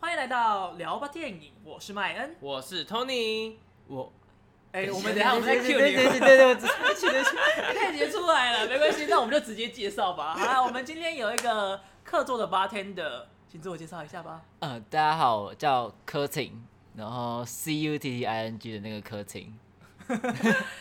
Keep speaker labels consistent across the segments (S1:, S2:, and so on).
S1: 来到聊吧电影，我是麦恩。
S2: 我是 Tony，
S3: 我
S1: 哎、 我们等一下我们再 Q
S3: 对对
S1: 你，
S3: 对对对，对对对对
S1: 太杰出来了，没关系，那我们就直接介绍吧。 好啦，我们今天有一个客座的 bartender，请自我介绍一下吧。
S3: 呃，大家好，我叫柯廷，然后 C U T T I N G 的那个柯廷，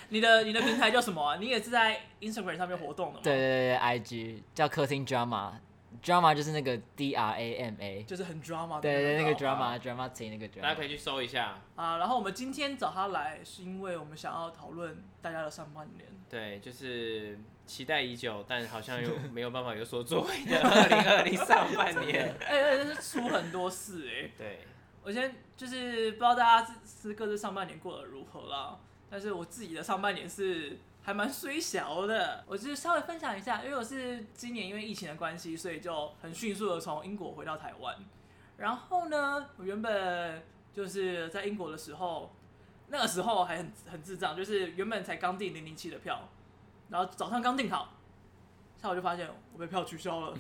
S1: 你的你的平台叫什么啊、你也是在 Instagram 上面活动的吗？
S3: 对对，对对，I G 叫柯廷 Drama，Drama 就是那个 D R A M A，
S1: 就是很 drama 的。哦
S3: 对对哦对，那个
S1: 知道吗
S3: Drama Drama T 那个
S2: 大家可
S3: Drama，
S2: 以去搜一下。
S1: 啊，然后我们今天找他来，是因为我们想要讨论大家的上半年。
S2: 对，就是期待已久，但好像又没有办法有所作为 的二零二零上半年。
S1: 哎、哎，这是出很多事哎、
S2: 对，
S1: 我先就是不知道大家是是各自上半年过得如何啦，但是我自己的上半年是还蛮虽小的，我就是稍微分享一下，因为我是今年因为疫情的关系，所以就很迅速的从英国回到台湾。然后呢，我原本就是在英国的时候，那个时候还很很智障，就是原本才刚订零零七的票，然后早上刚订好，下午就发现我被票取消了。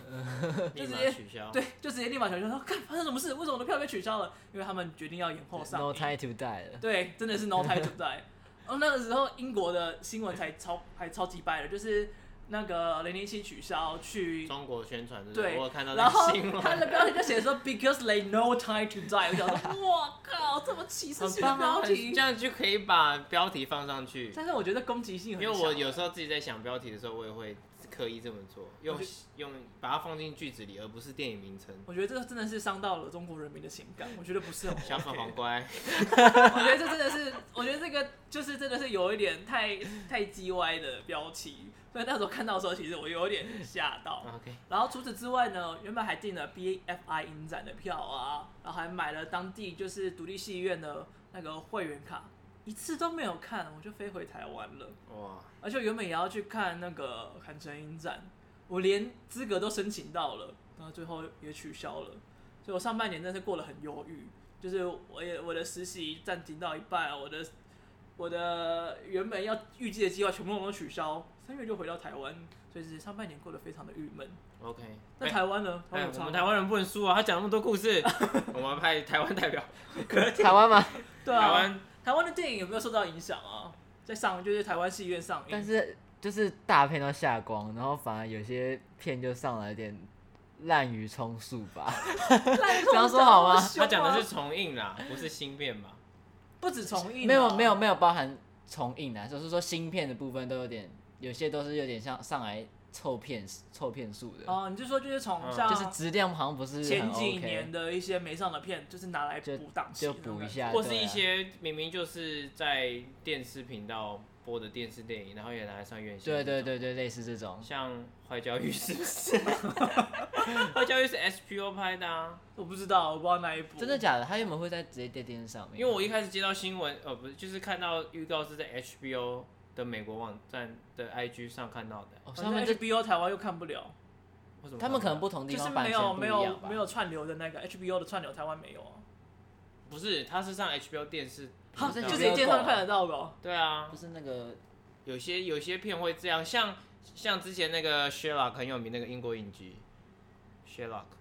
S2: 立马取消。
S1: 对，就直接立马取消，说看发生什么事，为什么我的票被取消了？因为他们决定要延后上映。
S3: ，No time to die 了，
S1: 对，真的是 no time to die。哦，那个时候英国的新闻才超还超级掰的，就是那个零零七取消去，
S2: 中国宣传的，
S1: 对
S2: 我有看到
S1: 然
S2: 那
S1: 后
S2: 个新
S1: 他
S2: 闻。
S1: 的标题就写说 because they no time to die，我想说，哇靠，这么歧视
S2: 很
S1: 性的
S2: 棒啊
S1: 标
S2: 很
S1: 题
S2: 这，样就可以把标题放上去。
S1: 但是我觉得攻击性
S2: 因
S1: 很
S2: 为
S1: 强，
S2: 我有时候自己在想标题的时候，我也会刻意这么做，用
S1: 我觉
S2: 用把它放进句子里，而不是电影名称。
S1: 我觉得这个真的是伤到了中国人民的情感，我觉得不是很
S2: 小粉
S1: OK
S2: 红 乖，
S1: 我觉得这真的是，我觉得这个就是真的是有一点太太叽歪的标题，所以那时候看到的时候，其实我有点吓到。
S2: OK，
S1: 然后除此之外呢，原本还订了 BFI 影展的票啊，然后还买了当地就是独立戏院的那个会员卡，一次都没有看，我就飞回台湾了。
S2: 哇，
S1: 而且我原本也要去看那个坎城影展，我连资格都申请到了，然后最后也取消了，所以我上半年真的是过得很忧郁。就是我也我的实习暂停到一半，我的我的原本要预计的计划全部都取消，三月就回到台湾，所以是上半年过得非常的郁闷。
S2: OK，
S1: 那
S2: 哎
S1: 台湾呢？台湾
S2: 哎，
S1: 有
S2: 我
S1: 差
S2: 们
S1: 吗
S2: 台湾人不能输啊！他讲那么多故 事，我们派台湾代表。
S3: 台湾吗？
S1: 对
S2: 台
S1: 啊，
S2: 湾
S1: 台湾的电影有没有受到影响啊？在上就是台湾戏院上映，
S3: 但是就是大片都下光，然后反而有些片就上来一点滥竽充数吧。
S1: 这
S3: 这样说好吗
S2: 他讲的是重映啦，不是新片吧？
S1: 啊不止重映啊，
S3: 没有没有没有包含重映啊，就是说新片的部分都有点，有些都是有点像上来凑片凑片数的，
S1: 哦，你就说就是从
S2: 嗯
S1: 像
S3: 就是质量好像不是很
S1: 前
S3: OK。
S1: 几年的一些没上的片，就是拿来补档期
S3: 就
S1: 那种
S3: 补一
S1: 感觉，
S3: 下，
S2: 或
S3: 对
S2: 是一
S3: 啊
S2: 些明明就是在电视频道播的电视电影，然后也拿来上院线。
S3: 对对，对对，类似这种，
S2: 像《坏教育》是不 是？《坏教育》是 SPO 拍的啊，
S1: 我不知道，我不知道哪一部，
S3: 真的假的？他原本会在直接在电视上面，啊
S2: 因为我一开始接到新闻，呃，不是，就是看到预告是在 HBO 的美国网站的 IG 上看到的。
S3: 哦
S1: 反
S3: 上
S1: 正
S3: 面就
S1: HBO 台湾又看不了，
S2: 为什么
S3: 他们可能
S2: 不
S3: 不同地
S1: 就是
S3: 方版
S1: 没
S3: 权
S1: 有
S3: 不
S1: 没
S3: 一
S1: 有
S3: 样
S1: 没
S3: 吧？
S1: 有串流的那个 HBO 的串流，台湾没有啊，
S2: 不是，他是上 HBO 电视频道。啊
S1: 哈，
S3: 是
S1: 就
S3: HBO
S1: 是一介绍就看得到的哦。
S2: 对啊
S3: 不，是那个
S2: 有些有些片会这样，像像之前那个 Sherlock 很有名那个英国影集 Sherlock，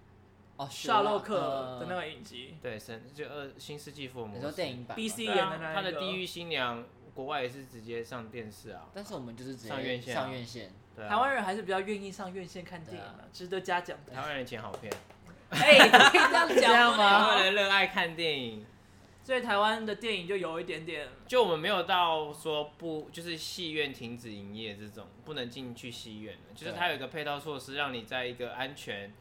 S3: 哦，呃
S1: 夏洛克的那
S3: 个，
S1: 个影集
S2: 对，神就呃新世纪福尔摩
S3: 你
S2: 斯。
S3: 说电影版吧
S1: ，BC
S2: 对
S1: 演
S2: 啊
S1: 的那一个，
S2: 他的《地狱新娘》，国外也是直接上电视啊。
S3: 但是我们就是直接
S2: 上院线啊
S3: 上院线，
S2: 对啊，
S1: 台湾人还是比较愿意上院线看电影
S3: 啊
S1: 的，值得嘉奖的
S2: 台。湾人剪好片，
S1: 哎，可以这样
S3: 这样
S1: 讲
S3: 吗
S2: 台
S1: 吗
S2: 湾？人热爱看电影。
S1: 所以台湾的电影就有一点点，
S2: 就我们没有到说不，就是戏院停止营业这种，不能进去戏院了。就是
S3: 对
S2: 它有一个配套措施，让你在一个安全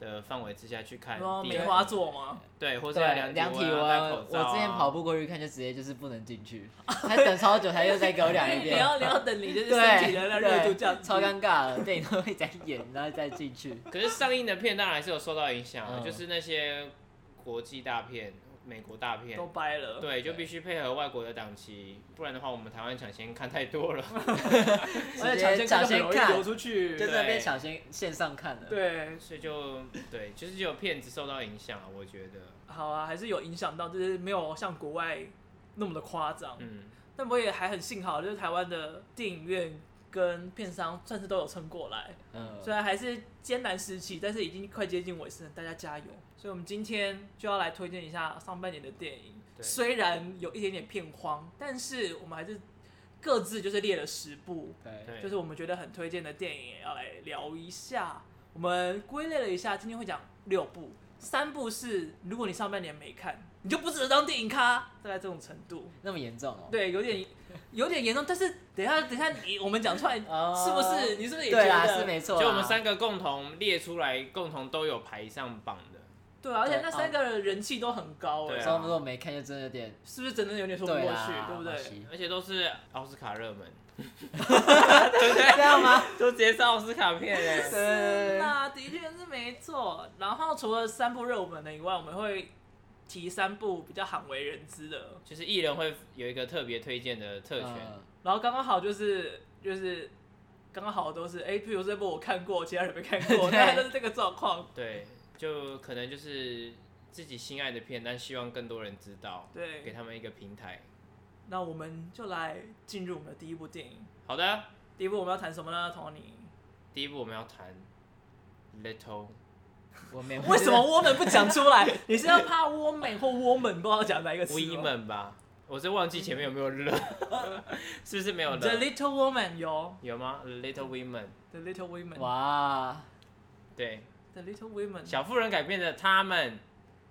S2: 的范围之下去看
S1: 什么
S2: 电影。
S1: 梅花座吗？
S2: 对，或者
S3: 对，
S2: 量
S3: 量
S2: 体
S3: 体温，
S2: 戴口
S3: 我
S2: 罩啊
S3: 之前跑步过去看，就直接就是不能进去，还等超久，他又再给我量一
S1: 你
S3: 遍，
S1: 要你要等你就是身
S3: 对，
S1: 体的那热度降低，
S3: 超尴尬的，电影都会在演，然后再进去。
S2: 可是上映的片当然还是有受到影响啊，
S3: 嗯
S2: 就是那些国际大片、美国大片
S1: 都，掰了。
S2: 对，就必须配合外国的档期，不然的话我们台湾抢先看太多了。
S1: 而且抢先看就很容易流出去。
S3: 就
S2: 对
S3: 这边抢先线上看了，，
S1: 对，
S2: 所以就对，就是有骗子受到影响啊，我觉得，
S1: 好啊，还是有影响到，就是没有像国外那么的夸张。
S2: 嗯，
S1: 但我也还很幸好，就是台湾的电影院跟片商算是都有撑过来，
S3: 嗯，
S1: 虽然还是艰难时期，但是已经快接近尾声，大家加油！所以我们今天就要来推荐一下上半年的电影，
S2: 对
S1: 虽然有一点点片荒，但是我们还是各自就是列了十部，
S2: 对啊
S1: 就是我们觉得很推荐的电影，也要来聊一下。我们归类了一下，今天会讲六部，三部是如果你上半年没看，你就不值得当电影咖，大概这种程度。
S3: 那么严重哦。
S1: 对，有点有点严重，但是等一下等一下你我们讲出来、
S3: 哦
S1: 是不是？你是不是也觉
S3: 对啊，
S1: 得
S3: 是没错啦。
S2: 就我们三个共同列出来，共同都有排上榜的。
S1: 对啊，而且
S3: 对
S1: 那三个人人气都很高、
S2: 对
S1: 哎、
S2: 啊
S3: 所以我们如果没看，就真的有点
S1: 是不是真的有点说不过
S3: 对啊
S1: 去，
S3: 啦，
S1: 对不
S3: 可
S1: 对？
S3: 惜
S2: 而且都是奥斯卡热门，
S3: 这样吗？
S2: 就直接是奥斯卡 片哎、
S1: 是
S3: 对，
S1: 啦，的确是没错。然后除了三部热门的以外，我们会提三部比较罕为人知的。
S2: 就是艺人会有一个特别推荐的特权，
S3: 嗯
S1: 然后刚刚好就是就是刚刚好都是哎，譬如这部我看过，其他人没看过，
S3: 对
S1: 大概都是这个状况。
S2: 对，就可能就是自己心爱的片，但希望更多人知道，给
S1: 对，
S2: 他们一个平台。
S1: 那我们就来进入我们的第一部电影。
S2: 好的，
S1: 第一部我们要谈什么呢，Tony？
S2: 第一部我们要谈 Little，
S3: 我没有。
S1: 为什么我们不讲出来？ 你是要怕我美或我们不知道讲哪一个词哦
S2: Women
S1: 吗
S2: 吧，我是忘记前面有没有 了，是不是没有
S1: ？The
S2: 了？
S1: Little Woman 有
S2: 有吗？Little Women，
S1: The Little Women，The
S3: 哇，
S2: 对，
S1: Little Women，
S2: 小妇人改编的他们，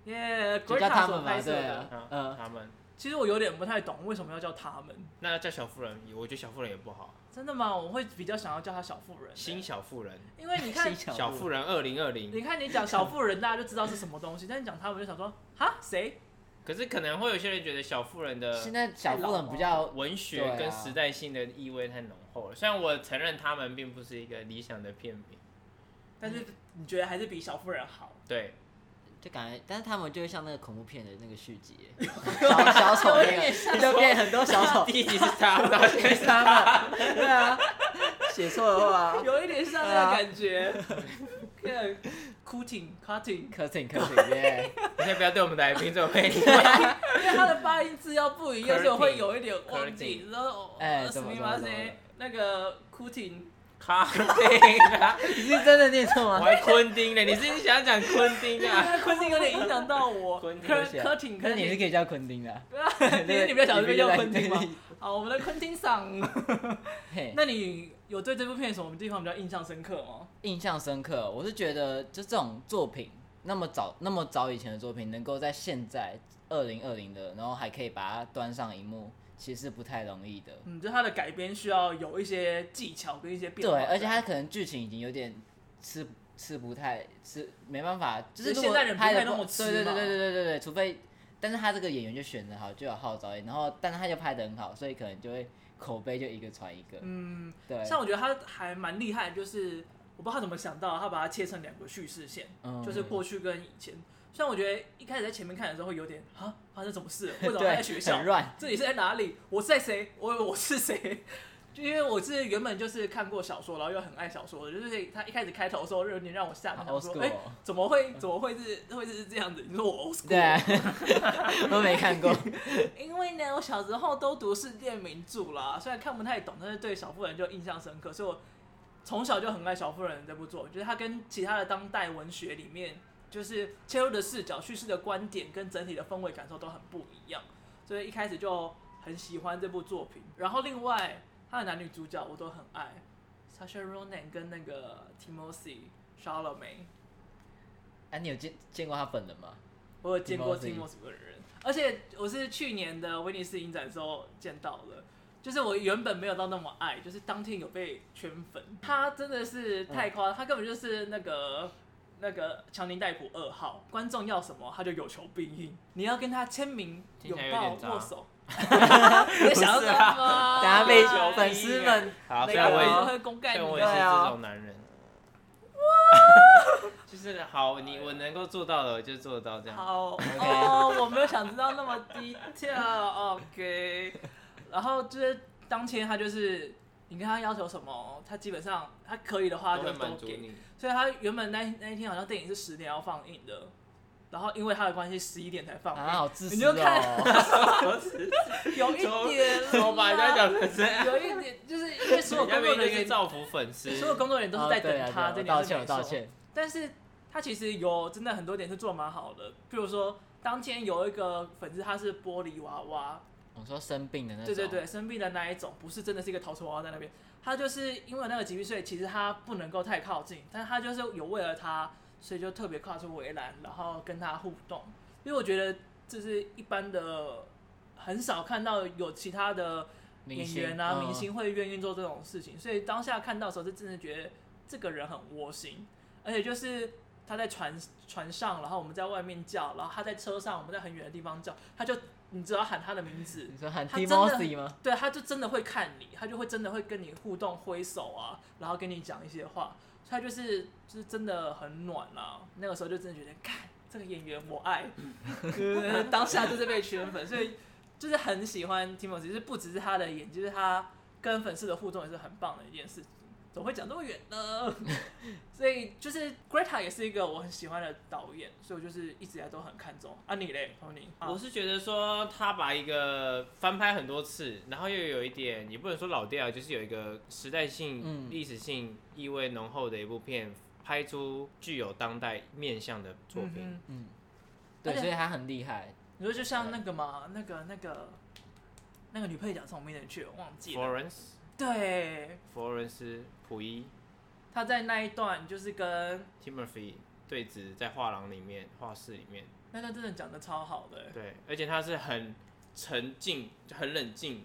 S1: 耶，
S3: 就叫
S1: Greta
S3: 他
S1: 所
S3: 们吧，
S1: 拍摄
S3: 对
S1: 的。
S3: 啊
S2: 嗯，，
S3: 嗯，
S2: 他们，
S1: 其实我有点不太懂为什么要叫他们，
S2: 那叫小妇人，我觉得小妇人也不好，
S1: 真的吗？我会比较想要叫她小妇人，
S2: 新小妇人，
S1: 因为你看
S3: 新
S2: 小妇人二零二零，
S1: 你看你讲小妇人，大家就知道是什么东西，但你讲他们就想说，哈谁？
S2: 可是可能会有些人觉得小妇人
S3: 现
S2: 的
S3: 在小妇人比较
S2: 文
S3: 对啊
S2: 学跟时代性的意味太浓厚了，虽然我承认他们并不是一个理想的片名，
S1: 但是你觉得还是比小妇人好？
S2: 对，
S3: 就感觉，但是他们就会像那个恐怖片的那个续 集，小小丑那个，就变很多 小丑，
S2: 第一集是他，然后现在是
S3: 他 们，对啊，写错的话
S1: 有一点像那个感觉，那个 cutting cutting，
S3: ，cutting cutting，耶
S2: 你先不要对我们的来宾这么配合。
S1: 因为它的发音字要不一样，
S2: Curting
S1: 所以我会有一点忘记。然后
S3: 哎
S1: 什
S3: 怎么
S1: 么
S3: 怎么
S1: 吗？
S3: 怎么
S1: 谁那个 cutting
S2: 卡丁 啊，
S3: 你是真的念错
S2: 我
S3: 吗？
S2: 还昆丁嘞，你是不是想讲昆丁啊？
S1: cutting 有点影响到 我。
S2: 昆
S1: cutting
S2: 汀
S1: cutting，
S3: 可是你是可以叫昆 汀的啊，
S1: 对啊，你你不要想这边叫昆汀吗
S3: 对？
S1: 好，我们的昆汀赏。
S3: 嘿，
S1: 那你有对这部片有什么地方比较印象深刻吗？
S3: 印象深刻，我是觉得就这种作品，那么早那么早以前的作品，能够在现在二零二零的，然后还可以把它端上荧幕，其实不太容易的。
S1: 嗯，就它的改编需要有一些技巧跟一些变化。
S3: 对，而且它可能剧情已经有点吃吃不太吃，没办法，就是
S1: 就
S3: 如
S1: 现
S3: 果
S1: 在人不
S3: 拍
S1: 太
S3: 的
S1: 那么吃
S3: 对对
S1: 嘛
S3: 对对对对对对，除非，但是他这个演员就选的好，就有号召力，然后但是他就拍的很好，所以可能就会口碑就一个传一个。
S1: 嗯，
S3: 对，
S1: 像我觉得他还蛮厉害的，就是我不知道他怎么想到，他把它切成两个叙事线，
S3: 嗯
S1: 就是 过去跟以前。虽然我觉得一开始在前面看的时候会有点啊，发生什么 事了？为什么还在学校
S3: 很？乱，
S1: 这里是在哪里？我是在谁？我我是谁？ 就因为我是原本就是看过小说，然后又很爱小说的，就是他一开始开头的时候有点让我吓到，
S3: 好
S1: 想说
S3: old school
S1: 哎、
S3: 哦
S1: 怎么会怎么会是会是这样子？你说我 old school？
S3: 对啊， 都没 看过。
S1: 因为呢，我小时候都读世界名著啦，虽然看不太懂，但是对小妇人就印象深刻，所以我从小就很爱小妇人这部作品。就是它跟其他的当代文学里面，就是切入的视角、叙事的观点跟整体的氛围感受都很不一样，所以一开始就很喜欢这部作品。然后另外，它的男女主角我都很爱，Sasha Ronan 跟那个 Timothy c h a l o m e
S3: 哎、你有见见过他本人吗？
S1: 我有见过
S3: Timothy
S1: Timothy 本人，而且我是去年的威尼斯影展的时候见到的。就是我原本没有到那么爱，就是当天有被圈粉，他真的是太夸张，他根本就是那个那个强尼戴普二号，观众要什么他就有求必应，你要跟他签名、
S2: 听
S1: 拥
S2: 起来有
S1: 抱、
S2: 点渣
S1: 握手， 你在想要什么？
S3: 等下被
S2: 求必
S3: 粉丝们
S2: 好，
S1: 啊每
S2: 虽
S1: 个
S2: 然我也
S1: 人都
S2: 是，
S1: 会公
S2: 虽
S1: 干
S2: 然
S1: 你
S2: 我也是
S1: 的，
S3: 对啊
S2: 这种男人，啊就是好，你我能够做到的我就做到这样。
S1: 好哦，我没有想知道那么 detail，OK。然后就是当天他就是你跟他要求什么，他基本上他可以的话
S2: 都
S1: 就
S2: 会
S1: 都
S2: 满足
S1: 给。
S2: 你，
S1: 所以他原本那那一天好像电影是十点要放映的，然后因为他的关系十一点才放
S3: 啊，好自
S1: 你
S3: 私
S1: 就看
S3: 哦。
S1: 有一点啦，
S2: 我把人家讲成这样，
S1: 有一点，就是因为所有
S2: 人家
S1: 工作
S2: 明
S1: 人
S2: 明是
S1: 员，
S2: 造福粉丝。
S1: 所有工作 人员都是在
S3: 哦对啊
S1: 等
S3: 对啊
S1: 他
S3: 我
S1: 这点
S3: 道
S1: 是
S3: 歉，
S1: 没
S3: 我道
S1: 错
S3: 歉。
S1: 但是他其实有真的很多点是做蛮好的，譬如说当天有一个粉丝他是玻璃娃娃，
S3: 我说生病的那种，
S1: 对对对，生病的那一种，不是真的是一个陶瓷娃娃在那边，他就是因为那个疾病，所以其实他不能够太靠近，但是他就是有为了他，所以就特别跨出围栏，然后跟他互动。因为我觉得这是一般的很少看到有其他的
S3: 明
S1: 演
S3: 星
S1: 员啊、
S3: 嗯
S1: 明星会愿意做这种事情，所以当下看到的时候，就真的觉得这个人很窝心，而且就是他在船船上，然后我们在外面叫，然后他在车上，我们在很远的地方叫，他就你只要喊他的名字，
S3: 你说喊
S1: 他真
S3: T
S1: 的
S3: m o s y 吗？
S1: 对，他就真的会看你，他就会真的会跟你互动、挥手啊，然后跟你讲一些话，所以他就是就是真的很暖啊。那个时候就真的觉得，看这个演员我爱，呃当下就是被圈粉，所以就是很喜欢 Timothy，就是不只是他的演技，就是他跟粉丝的互动也是很棒的一件事情。怎么会讲那么远呢？ 所以就是 Greta 也是一个我很喜欢的导演，所以我就是一直以来都很看重。啊你嘞，Tony，
S2: 我是觉得说他把一个翻拍很多次，然后又有一点也不能说老掉，就是有一个时代性、
S3: 嗯
S2: 历、史性意味浓厚的一部片，拍出具有当代面向的作
S1: 嗯
S2: 品。
S1: 哼
S3: 嗯，对，
S1: 而且
S3: 所以他很厉害。
S1: 你说就像那个嘛，那个那个那个女配角从我名字去，我忘记了。
S2: Florence
S1: 对，
S2: 佛伦斯溥仪
S1: 她在那一段就是跟
S2: Timothy 对峙在画廊里面、画室里面，
S1: 那段真的讲的超好的、
S2: 对，而且他是很沉静、很冷静，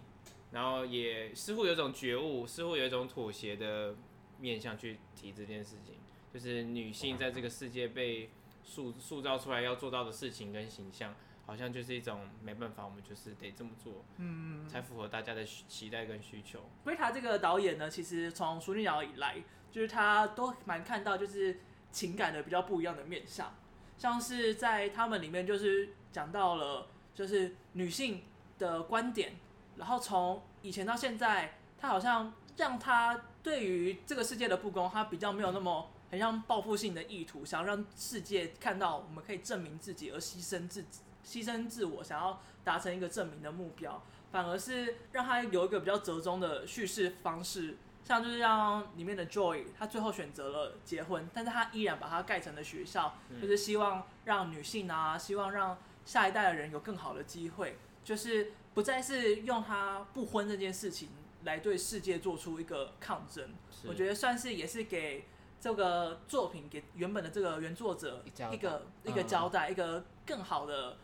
S2: 然后也似乎有一种觉悟，似乎有一种妥协的面向去提这件事情，就是女性在这个世界被塑塑造出来要做到的事情跟形象，好像就是一种没办法，我们就是得这么做，
S1: 嗯，
S2: 才符合大家的需期待跟需求。
S1: 贝塔这个导演呢，其实从《熟女鸟》以来，就是他都蛮看到就是情感的比较不一样的面向，像是在他们里面就是讲到了就是女性的观点，然后从以前到现在，他好像让他对于这个世界的不公，他比较没有那么很像报复性的意图，想要让世界看到我们可以证明自己而牺牲自己。牺牲自我，想要达成一个证明的目标，反而是让他有一个比较折中的叙事方式，像就是让里面的 Joy，他最后选择了结婚，但是他依然把它盖成了学校，
S2: 嗯
S1: 就是希望让女性啊，希望让下一代的人有更好的机会，就是不再是用他不婚这件事情来对世界做出一个抗争，
S2: 是
S1: 我觉得算是也是给这个作品给原本的这个原作者
S3: 一交代
S1: 一个一个
S3: 嗯
S1: 交代，一个更好的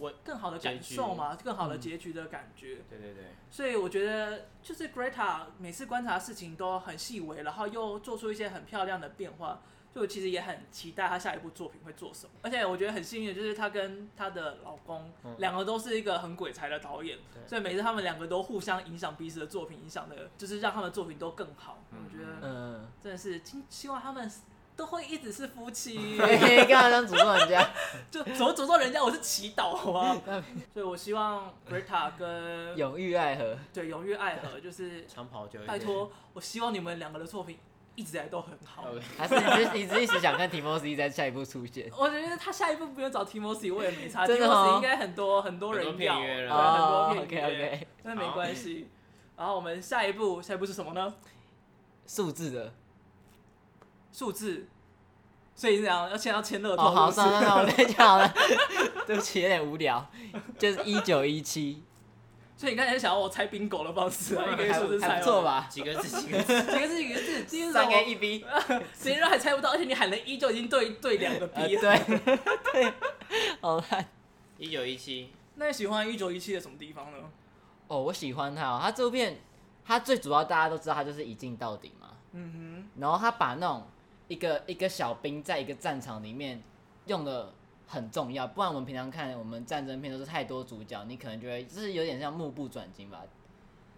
S2: 我
S1: 更好的
S2: 结
S1: 感
S2: 局
S1: 受嘛，更好的
S3: 嗯
S1: 结局的感觉。
S2: 对对对，
S1: 所以我觉得，就是 Greta 每次观察事情都很细微，然后又做出一些很漂亮的变化，所以我其实也很期待她下一部作品会做什么。而且我觉得很幸运的就是她跟她的老公
S2: 嗯
S1: 两、个都是一个很鬼才的导演，
S2: 对
S1: 所以每次他们两个都互相影响彼此的作品，影响的就是让他们的作品都更好。
S2: 嗯
S1: 我觉得
S3: 嗯，，
S1: 真的是希希望他们都会 一直是夫妻
S3: 干嘛这样诅咒人家？
S1: 就怎么诅咒人家，我是祈祷好吗？所以我希望 Greta 跟
S3: 永浴爱河，
S1: 对永浴爱河就是
S2: 长跑就有一
S1: 拜
S2: 点
S1: 托，我希望你们两个的作品一直以来都很 好。
S2: ，OK
S3: 还是你只你只是一直想看 t i m o s y 在下一步出现？
S1: 我觉得他下一步不用找 Timothy，我也没差。
S3: 真的哦
S1: Timothy 应该很多很多
S2: 很多
S1: 人
S2: 片
S1: 要，
S2: 约
S1: 对，啊
S2: 了
S1: 很多片
S3: OK
S1: 约
S3: OK，
S1: 那没
S2: 好
S1: 关系。然后我们下一步，下一步是什么呢？
S3: 数字的
S1: 数字。所以这样要签要签乐透，
S3: 哦，好，
S1: 是不是
S3: 算了算了，我再讲好了， 对不起，有点无聊，就是一九一七，
S1: 所以你刚才想要我猜 bingo 的方式啊，一个
S3: 还
S1: 数字
S3: 不
S1: 猜
S3: 还
S1: 完
S3: 不错？吧？
S2: 几个字几 个字，
S1: 几个字几个字，基本
S3: 三
S1: 上
S3: 个一 B，
S1: 呃谁都还猜不到，而且你喊了一就已经对对两个
S3: 呃
S1: B
S3: 对
S1: 了。
S3: 对，好烂
S2: 一九一七，
S1: 那你喜欢一九一七的什么地方呢？
S3: 哦，我喜欢他、哦，他这部片，他最主要大家都知道，他就是一镜到底嘛，
S1: 嗯
S3: 然后他把那种一个一个小兵在一个战场里面用的很重要，不然我们平常看我们战争片都是太多主角，你可能就会就是有点像目不转睛吧。
S1: 哼，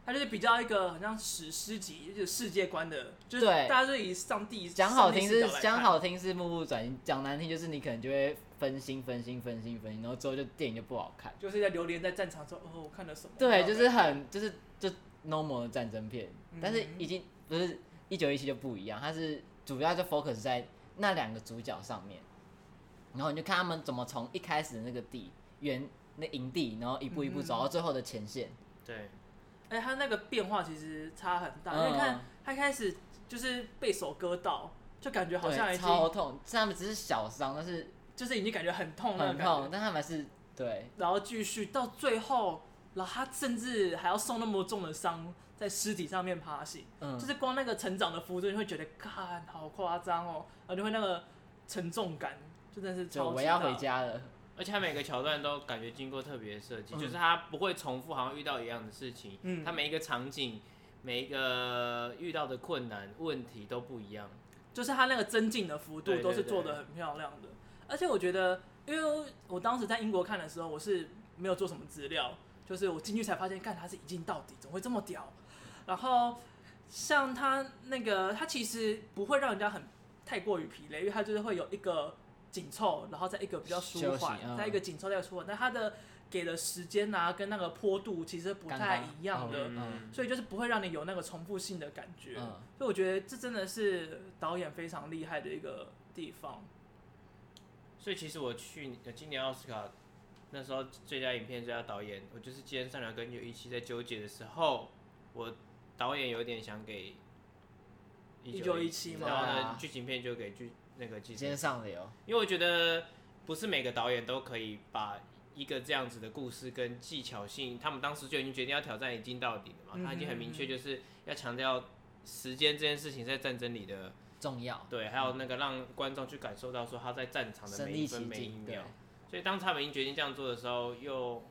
S1: 它就是比较一个很像史诗级，就是世界观的，就是
S3: 对
S1: 大家就以上帝
S3: 讲好听是
S1: 上帝视角来看
S3: 讲好听是目不转睛，讲难听就是你可能就会分心分心分心分心，然后之后就电影就不好看。
S1: 就是在流连在战场说哦，我看了什么？
S3: 对，就是很就是就 normal 的战争片，但是
S1: 嗯
S3: 已经不是一九一七就不一样，它是主要就 focus 在那两个主角上面。然后你就看他们怎么从一开始的那个地原那营地，然后一步一步走
S1: 嗯
S3: 到最后的前线。
S2: 对，
S1: 哎、他那个变化其实差很大，因
S3: 嗯
S1: 为看他一开始就是被手割到，就感觉好像
S3: 对，
S1: 已
S3: 超
S1: 经
S3: 痛，虽然他们只是小伤，但是
S1: 就是已经感觉很痛那
S3: 很
S1: 种感觉
S3: 痛，但他们还是对
S1: 然后继续到最后，然后他甚至还要受那么重的伤，在尸体上面爬行，
S3: 嗯
S1: 就是光那个成长的幅度，你会觉得看好夸张哦，然后就会那个沉重感，就真的是
S3: 就
S1: 超级
S3: 我要
S1: 大
S3: 回。家了。
S2: 而且它每个桥段都感觉经过特别设计，
S3: 嗯
S2: 就是它不会重复，好像遇到一样的事情。
S1: 嗯
S2: 它每一个场景、每一个遇到的困难、问题都不一样。
S1: 就是他那个增进的幅度
S2: 对对
S1: 都是做的
S2: 对
S1: 很漂亮的。而且我觉得，因为我当时在英国看的时候，我是没有做什么资料，就是我进去才发现，看他是一镜到底，怎么会这么屌？然后像他那个，他其实不会让人家很太过于疲累，因为他就是会有一个紧凑，然后再一个比较舒
S3: 休息
S1: 缓，
S3: 嗯
S1: 再一个紧凑，再一个舒缓。但他的给的时间啊，跟那个坡度其实不
S3: 刚
S1: 太
S3: 刚
S1: 一样的。
S3: 嗯
S1: 所以就是不会让你有那个重复性的感觉。
S3: 嗯
S1: 所以我觉得这真的是导演非常厉害的一个地方。
S2: 所以其实我去年呃今年奥斯卡那时候最佳影片、最佳导演，我就是今天上来跟有一期在纠结的时候，我导演有点想给
S1: 1917
S3: 嘛
S2: 然后
S3: 对
S2: 呢
S3: 啊
S2: 剧情片就给剧那个
S3: 今
S2: 季
S3: 天上流，
S2: 因为我觉得不是每个导演都可以把一个这样子的故事跟技巧性，他们当时就已经决定要挑战一镜到底了
S1: 嗯
S2: 嘛，他已经很明确就是要强调时间这件事情在战争里的
S3: 重要，
S2: 对，还有那个让观众去感受到说他在战场的
S3: 身
S2: 每
S3: 临
S2: 一分
S3: 其
S2: 每一
S3: 境，对
S2: 秒，，所以当他们已经决定这样做的时候，又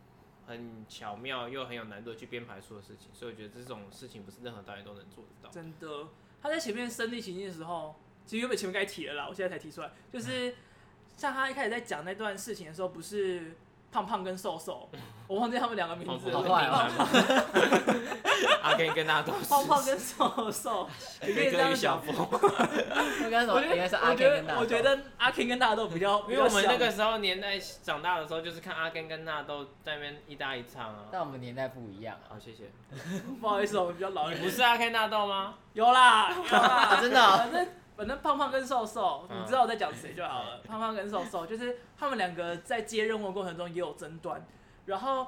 S2: 很巧妙又很有难度地去编排所有事情，所以我觉得这种事情不是任何导演都能做得到。
S1: 真的，他在前面身临其境的时候，其实原本前面该提了啦，我现在才提出来，就是像他一开始在讲那段事情的时候，不是胖胖跟瘦瘦，我忘记他们两个名字
S3: 好
S1: 了。
S3: 坏哦
S2: 哦！ 阿 Ken 跟大家都是
S1: 胖胖跟瘦瘦，你可以这样
S2: 跟
S1: 讲。
S2: 小峰。
S3: 应该是什
S1: 我
S3: 么？
S1: 觉
S3: 应该是
S1: 得，
S3: 阿
S1: 我
S3: Ken
S1: 觉
S3: 跟
S1: 得，
S3: 大
S1: 我觉
S3: 豆
S1: 得阿 Ken 跟大豆比较，
S2: 因为我们那
S1: 比较
S2: 个
S1: 像
S2: 时候年代长大的时候，就是看阿根跟纳豆在那边一搭一唱啊。
S3: 但我们年代不一样啊，
S2: 好，谢谢。
S1: 不好意思，我们比较老一
S2: 你
S1: 点。
S2: 不是阿 K 纳豆吗？
S1: 有啦，有啦，
S3: 真的啊
S1: 反正反正胖胖跟瘦瘦，
S2: 嗯
S1: 你知道我在讲谁就好了。胖胖跟瘦瘦就是他们两个在接任务的过程中也有争端，然后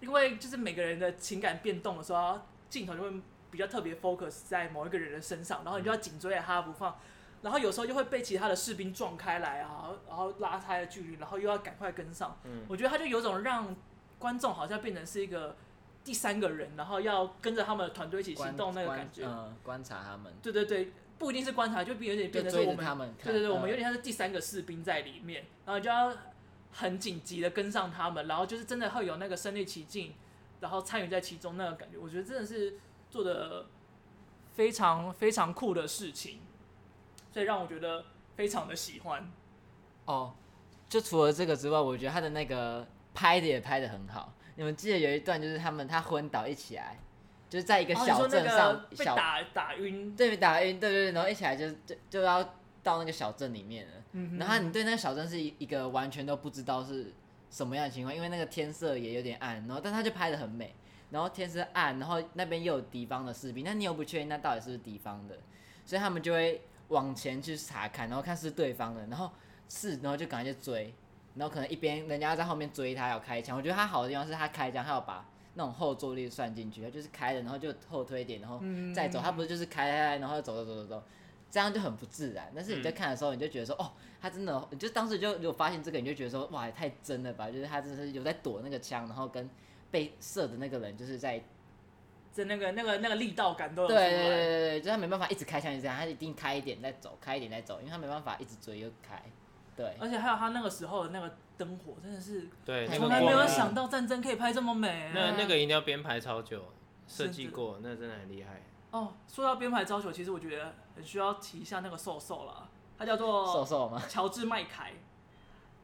S1: 因为就是每个人的情感变动的时候，镜头就会比较特别 focus 在某一个人的身上，然后你就要
S3: 嗯
S1: 紧追着他不放。然后有时候就会被其他的士兵撞开来啊，然后拉开了距离，然后又要赶快跟上。
S2: 嗯
S1: 我觉得他就有种让观众好像变成是一个第三个人，然后要跟着他们的团队一起行
S3: 观
S1: 动那个
S3: 观
S1: 感觉。
S3: 嗯，观察他们，
S1: 对对对，不一定是观察，就变有点
S3: 就
S1: 变成是
S3: 追
S1: 我
S3: 着
S1: 们，
S3: 他们看，
S1: 对对对，我
S3: 嗯
S1: 们有点像是第三个士兵在里面，然后就要很紧急的跟上他们，然后就是真的会有那个身临其境，然后参与在其中那个感觉，我觉得真的是做的非常非常酷的事情，所以让我觉得非常的喜欢。
S3: 哦，就除了这个之外，我觉得他的那个拍的也拍的很好。你们记得有一段就是他们他昏倒一起来，就是在一个
S1: 哦你
S3: 小
S1: 说那
S3: 镇
S1: 个
S3: 上，
S1: 被
S3: 小
S1: 打打晕，
S3: 对打晕，对对对，然后一起来就就就要到那个小镇里面了。
S1: 嗯哼
S3: 然后你对那个小镇是一一个完全都不知道是什么样的情况，因为那个天色也有点暗，然后但他就拍的很美，然后天色暗，然后那边又有敌方的士兵，那你又不确定那到底是不是敌方的，所以他们就会往前去查看，然后看是对方的，然后是，然后就赶快去追，然后可能一边人家在后面追他，要开枪。我觉得他好的地方是他开枪，他有把那种后坐力算进去，他就是开了，然后就后推一点，然后
S1: 嗯
S3: 再走，他不是就是开开开，然后走走走走走，这样就很不自然。但是你在看的时候，你就觉得说，
S1: 嗯
S3: 哦，他真的，你就当时就有发现这个，你就觉得说，哇，也太真了吧！就是他真的是有在躲那个枪，然后跟被射的那个人就是在
S1: 在那个那个那个力道感都有
S3: 对
S1: 出来，
S3: 对对对对，就是他没办法一直开枪，一直这样，他一定开一点再走，开一点再走，因为他没办法一直追又开。对，
S1: 而且还有他那个时候的那个灯火真的是
S2: 对，
S3: 我
S2: 那
S1: 哎从
S2: 个
S1: 来没
S2: 光
S1: 有
S2: 影
S1: 想到哎战争可以拍这么美、
S2: 那那个一定要编排超久，设计过，那真的很厉害。
S1: 哦，说到编排招手，其实我觉得很需要提一下那个瘦瘦啦，他叫
S3: 瘦
S1: 做
S3: 瘦吗？
S1: 乔治麦凯。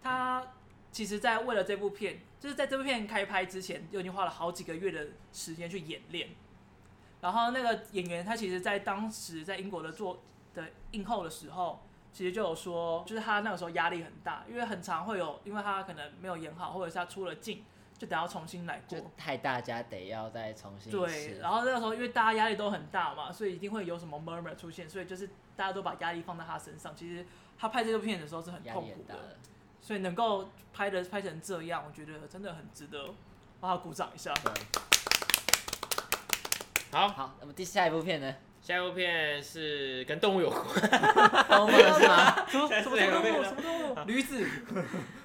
S1: 他其实，在为了这部片，就是在这部片开拍之前，就已经花了好几个月的时间去演练。然后那个演员，他其实，在当时在英国的做的映后的时候，其实就有说，就是他那个时候压力很大，因为很常会有，因为他可能没有演好，或者是他出了镜，就得要重新来过
S3: 就。害大家得要再重新一
S1: 哦对，
S3: 次
S1: 然后那个时候因为大家压力都很大嘛，所以一定会有什么 murmur 出现，所以就是大家都把压力放在他身上。其实他拍这部片的时候是很
S3: 压力
S1: 痛苦
S3: 很大
S1: 的，
S3: 了。
S1: 所以能够拍的拍成这样，我觉得真的很值得帮他鼓掌一下。
S2: 好，
S3: 好，那么第下一部 片呢？
S2: 下一部片是跟动物有关，
S3: 动物了是吗？
S1: 什么 什么
S2: 对
S1: 动
S2: 对
S1: 物？什么动物？
S3: 驴子，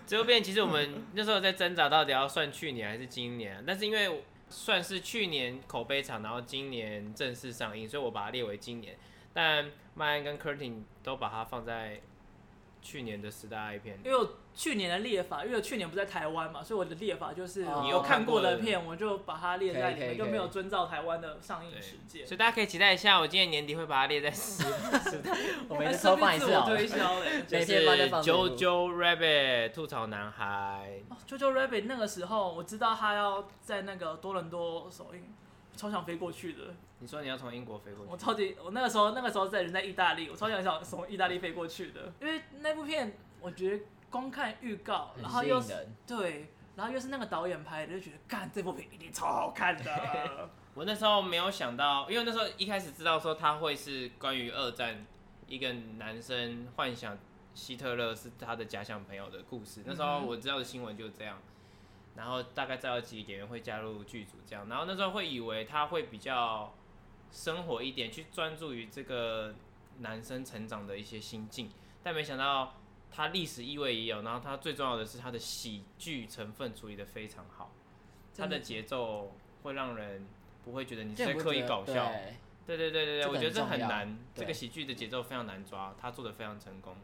S2: 这部片其实我们那时候在挣扎到底要算去年还是今年啊，但是因为算是去年口碑场，然后今年正式上映，所以我把它列为今年。但麦恩跟 Curtin 都把它放在去年的十大爱片。
S1: 因为我去年的列法，因为我去年不在台湾嘛，所以我的列法就是
S3: 哦
S1: 我有看过的片，我就把它列在里
S3: 可以可
S1: 面，
S3: 以
S1: 就
S3: 可以
S1: 没有遵照台湾的上映
S2: 对
S1: 时间。
S2: 所以大家可以期待一下，我今年年底会把它列在十
S3: 我们
S1: 哎顺
S3: 收
S1: 便
S3: 放一
S1: 自
S3: 次哦
S1: 我
S3: 好了
S1: 推。销嘞。
S2: 就
S3: 每
S2: 是
S3: 天帮他放这部
S2: JoJo Rabbit 吐槽男孩，
S1: 哦 JoJo Rabbit 那个时候，我知道他要在那个多伦多首映，超想飞过去的。
S2: 你说你要从英国飞过去，
S1: 我超级，我那个时候那个时候在人在意大利，我超想想从意大利飞过去的，因为那部片我觉得光看预告，然后
S3: 很吸
S1: 又
S3: 引
S1: 是
S3: 人，
S1: 对，然后又是那个导演拍的，就觉得干这部片一定超好看 的。
S2: 我那时候没有想到，因为那时候一开始知道说他会是关于二战一个男生幻想希特勒是他的假想朋友的故事。那时候我知道的新闻就是这样，然后大概知道几个演员会加入剧组这样，然后那时候会以为他会比较生活一点，去专注于这个男生成长的一些心境，但没想到他历史意味也有，然后他最重要的是他的喜剧成分处理的非常好，他
S1: 真的
S2: 的节奏会让人不会觉得你
S3: 这
S2: 在
S3: 也不
S2: 刻意
S3: 觉得
S2: 搞笑。
S3: 对
S2: 对对对对对，
S3: 这个
S2: 我觉得这
S3: 很
S2: 很
S3: 重要
S2: 难，
S3: 对
S2: 这个喜剧的节奏非常难抓，他做的非常成功。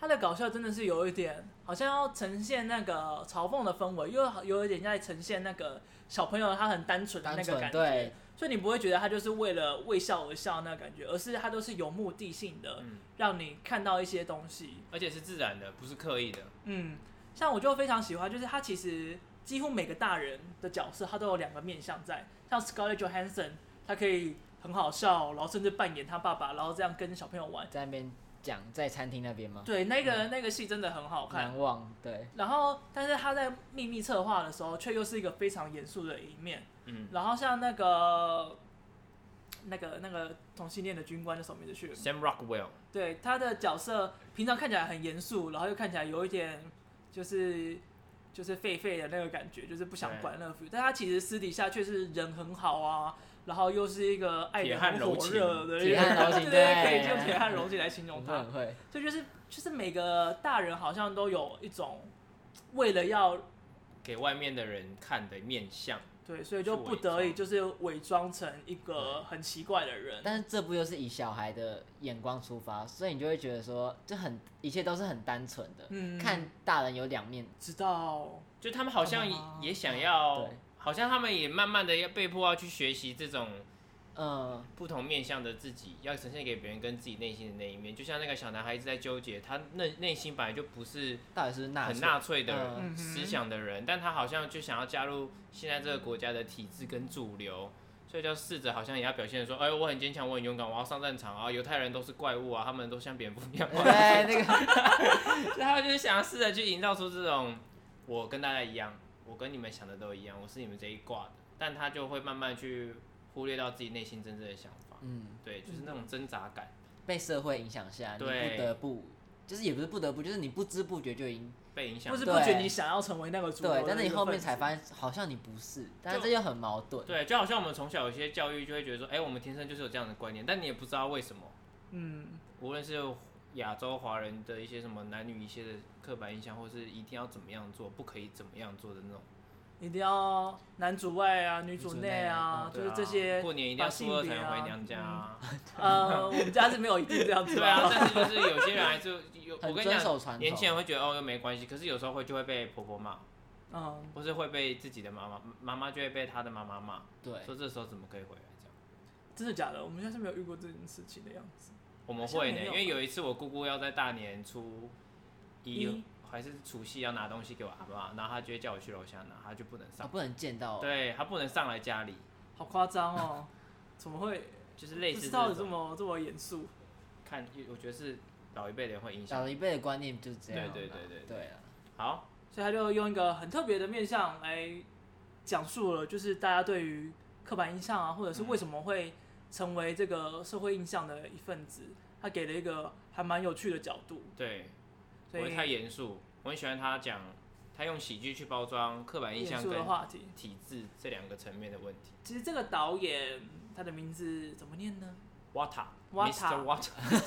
S1: 他的搞笑真的是有一点，好像要呈现那个嘲讽的氛围，又好有一点在呈现那个小朋友他很单纯的
S3: 单
S1: 那个
S3: 纯
S1: 感觉。
S3: 对，
S1: 所以你不会觉得他就是为了为笑而笑那感觉，而是他都是有目的性的，
S2: 嗯
S1: 让你看到一些东西。
S2: 而且是自然的，不是刻意的。
S1: 嗯，像我就非常喜欢，就是他其实几乎每个大人的角色，他都有两个面向在。像 Scarlett Johansson，他可以很好笑，然后甚至扮演他爸爸，然后这样跟小朋友玩。
S3: 在那边讲在餐厅那边吗？
S1: 对，那
S2: 嗯
S1: 个那个戏真的很好看。
S3: 难忘，对，
S1: 然后，但是他在秘密策划的时候，却又是一个非常严肃的一面。
S2: 嗯
S1: 然后像那个那个那个同性恋的军官叫什么名字去了？
S2: ，Sam Rockwell，
S1: 对他的角色，平常看起来很严肃，然后又看起来有一点就是就是废废的那个感觉，就是不想管那个 feel。但他其实私底下却是人很好啊，然后又是一个爱
S2: 铁
S1: 的
S2: 汉
S1: 很
S2: 柔
S1: 火
S2: 情
S1: 热的人，
S3: 铁汉柔情
S1: 对对，可
S3: 对嗯
S1: 以用铁汉柔情来形容
S3: 很会
S1: 他
S3: 很。会，
S1: 这就是就是每个大人好像都有一种为了要
S2: 给外面的人看的面相。
S1: 对，所以就不得已就是伪装成一个很奇怪的人。
S3: 但是这部又是以小孩的眼光出发，所以你就会觉得说，就很一切都是很单纯的，
S1: 嗯
S3: 看大人有两面，
S1: 直到
S2: 就他们好像也
S1: 哦
S2: 也想要
S3: 对，
S2: 好像他们也慢慢的要被迫要去学习这种
S3: 嗯，
S2: 不同面向的自己，要呈现给别人跟自己内心的那一面。就像那个小男孩一直在纠结，他内内心本来就不是
S3: 到底是不是纳
S2: 很
S3: 粹
S2: 纳粹的人
S1: 嗯
S2: 思想的人，但他好像就想要加入现在这个国家的体制跟主流，所以就试着好像也要表现得说，哎，我很坚强，我很勇敢，我要上战场啊！犹太人都是怪物啊，他们都像蝙蝠一 样。
S3: 对，那个
S2: 所以他们就是想要试着去营造出这种我跟大家一样，我跟你们想的都一样，我是你们这一挂的，但他就会慢慢去忽略到自己内心真正的想法，
S3: 嗯，
S2: 对，就是那种挣扎感，
S3: 被社会影响下，你
S2: 对
S3: 不得不，就是也不是不得不，就是你不知不觉就已经
S2: 被影响
S1: 不知
S2: 到。
S1: 不觉你想要成为那个主流的
S3: 对
S1: 一，个分子，
S3: 但是你后面才发现好像你不是，但是
S2: 就
S3: 这又很矛盾，
S2: 对，就好像我们从小有些教育就会觉得说，哎、我们天生就是有这样的观念，但你也不知道为什么。
S1: 嗯。
S2: 无论是亚洲华人的一些什么男女一些的刻板印象，或是一定要怎么样做，不可以怎么样做的那种，
S1: 一定要男主外啊，女主内啊，
S3: 女
S1: 就
S2: 对
S1: 是
S2: 啊
S1: 这些。
S2: 过年一定要
S1: 把
S2: 初二
S1: 性
S2: 才
S1: 别
S2: 能
S1: 啊
S2: 回娘家、啊，
S1: 呃，我们家是没有一定这样子
S2: 对啊，
S1: 吧。
S2: 但是就是有些人还是有，我
S3: 很
S2: 跟你
S3: 遵
S2: 讲，
S3: 守传
S2: 年轻人会
S3: 统，
S2: 觉得哦又没关系，可是有时候会就会被婆婆骂，
S1: 嗯，
S2: 或是会被自己的妈妈，妈妈就会被她的妈妈骂，
S3: 对，
S2: 说这时候怎么可以回来这样。
S1: 真的假的？我们家是没有遇过这件事情的样子。
S2: 我们会呢，
S1: 好像没有啊
S2: 因为有一次我姑姑要在大年初一
S1: 一
S2: 还是除夕要拿东西给我阿妈，然后她就会叫我去楼下拿，她就不能
S3: 啊
S2: 上，
S3: 不能见
S1: 哦
S3: 到，
S2: 对她不能上来家里，
S1: 好夸张哦！ 怎么会？
S2: 就是
S1: 不
S2: 类似
S1: 知道有这
S2: 种
S1: 么这么严肃。
S2: 看，我觉得是老一辈的人会影响。
S3: 小一辈的观念就是这样啦，
S2: 对对对对
S3: 对啊，
S2: 好，
S1: 所以他就用一个很特别的面向来讲述了，就是大家对于刻板印象啊，或者
S2: 嗯
S1: 是为什么会成为这个社会印象的一份子，他给了一个还蛮有趣的角度。
S2: 对，不
S1: 所以
S2: 会太严肃，我很喜欢他讲，他用喜剧去包装刻板印
S1: 严
S2: 象
S1: 肃
S2: 跟
S1: 的话题。
S2: 体制这两个层面的问题。
S1: 其实这个导演他的名字怎么念呢？
S2: Water，Mr.
S1: Wata
S2: Water，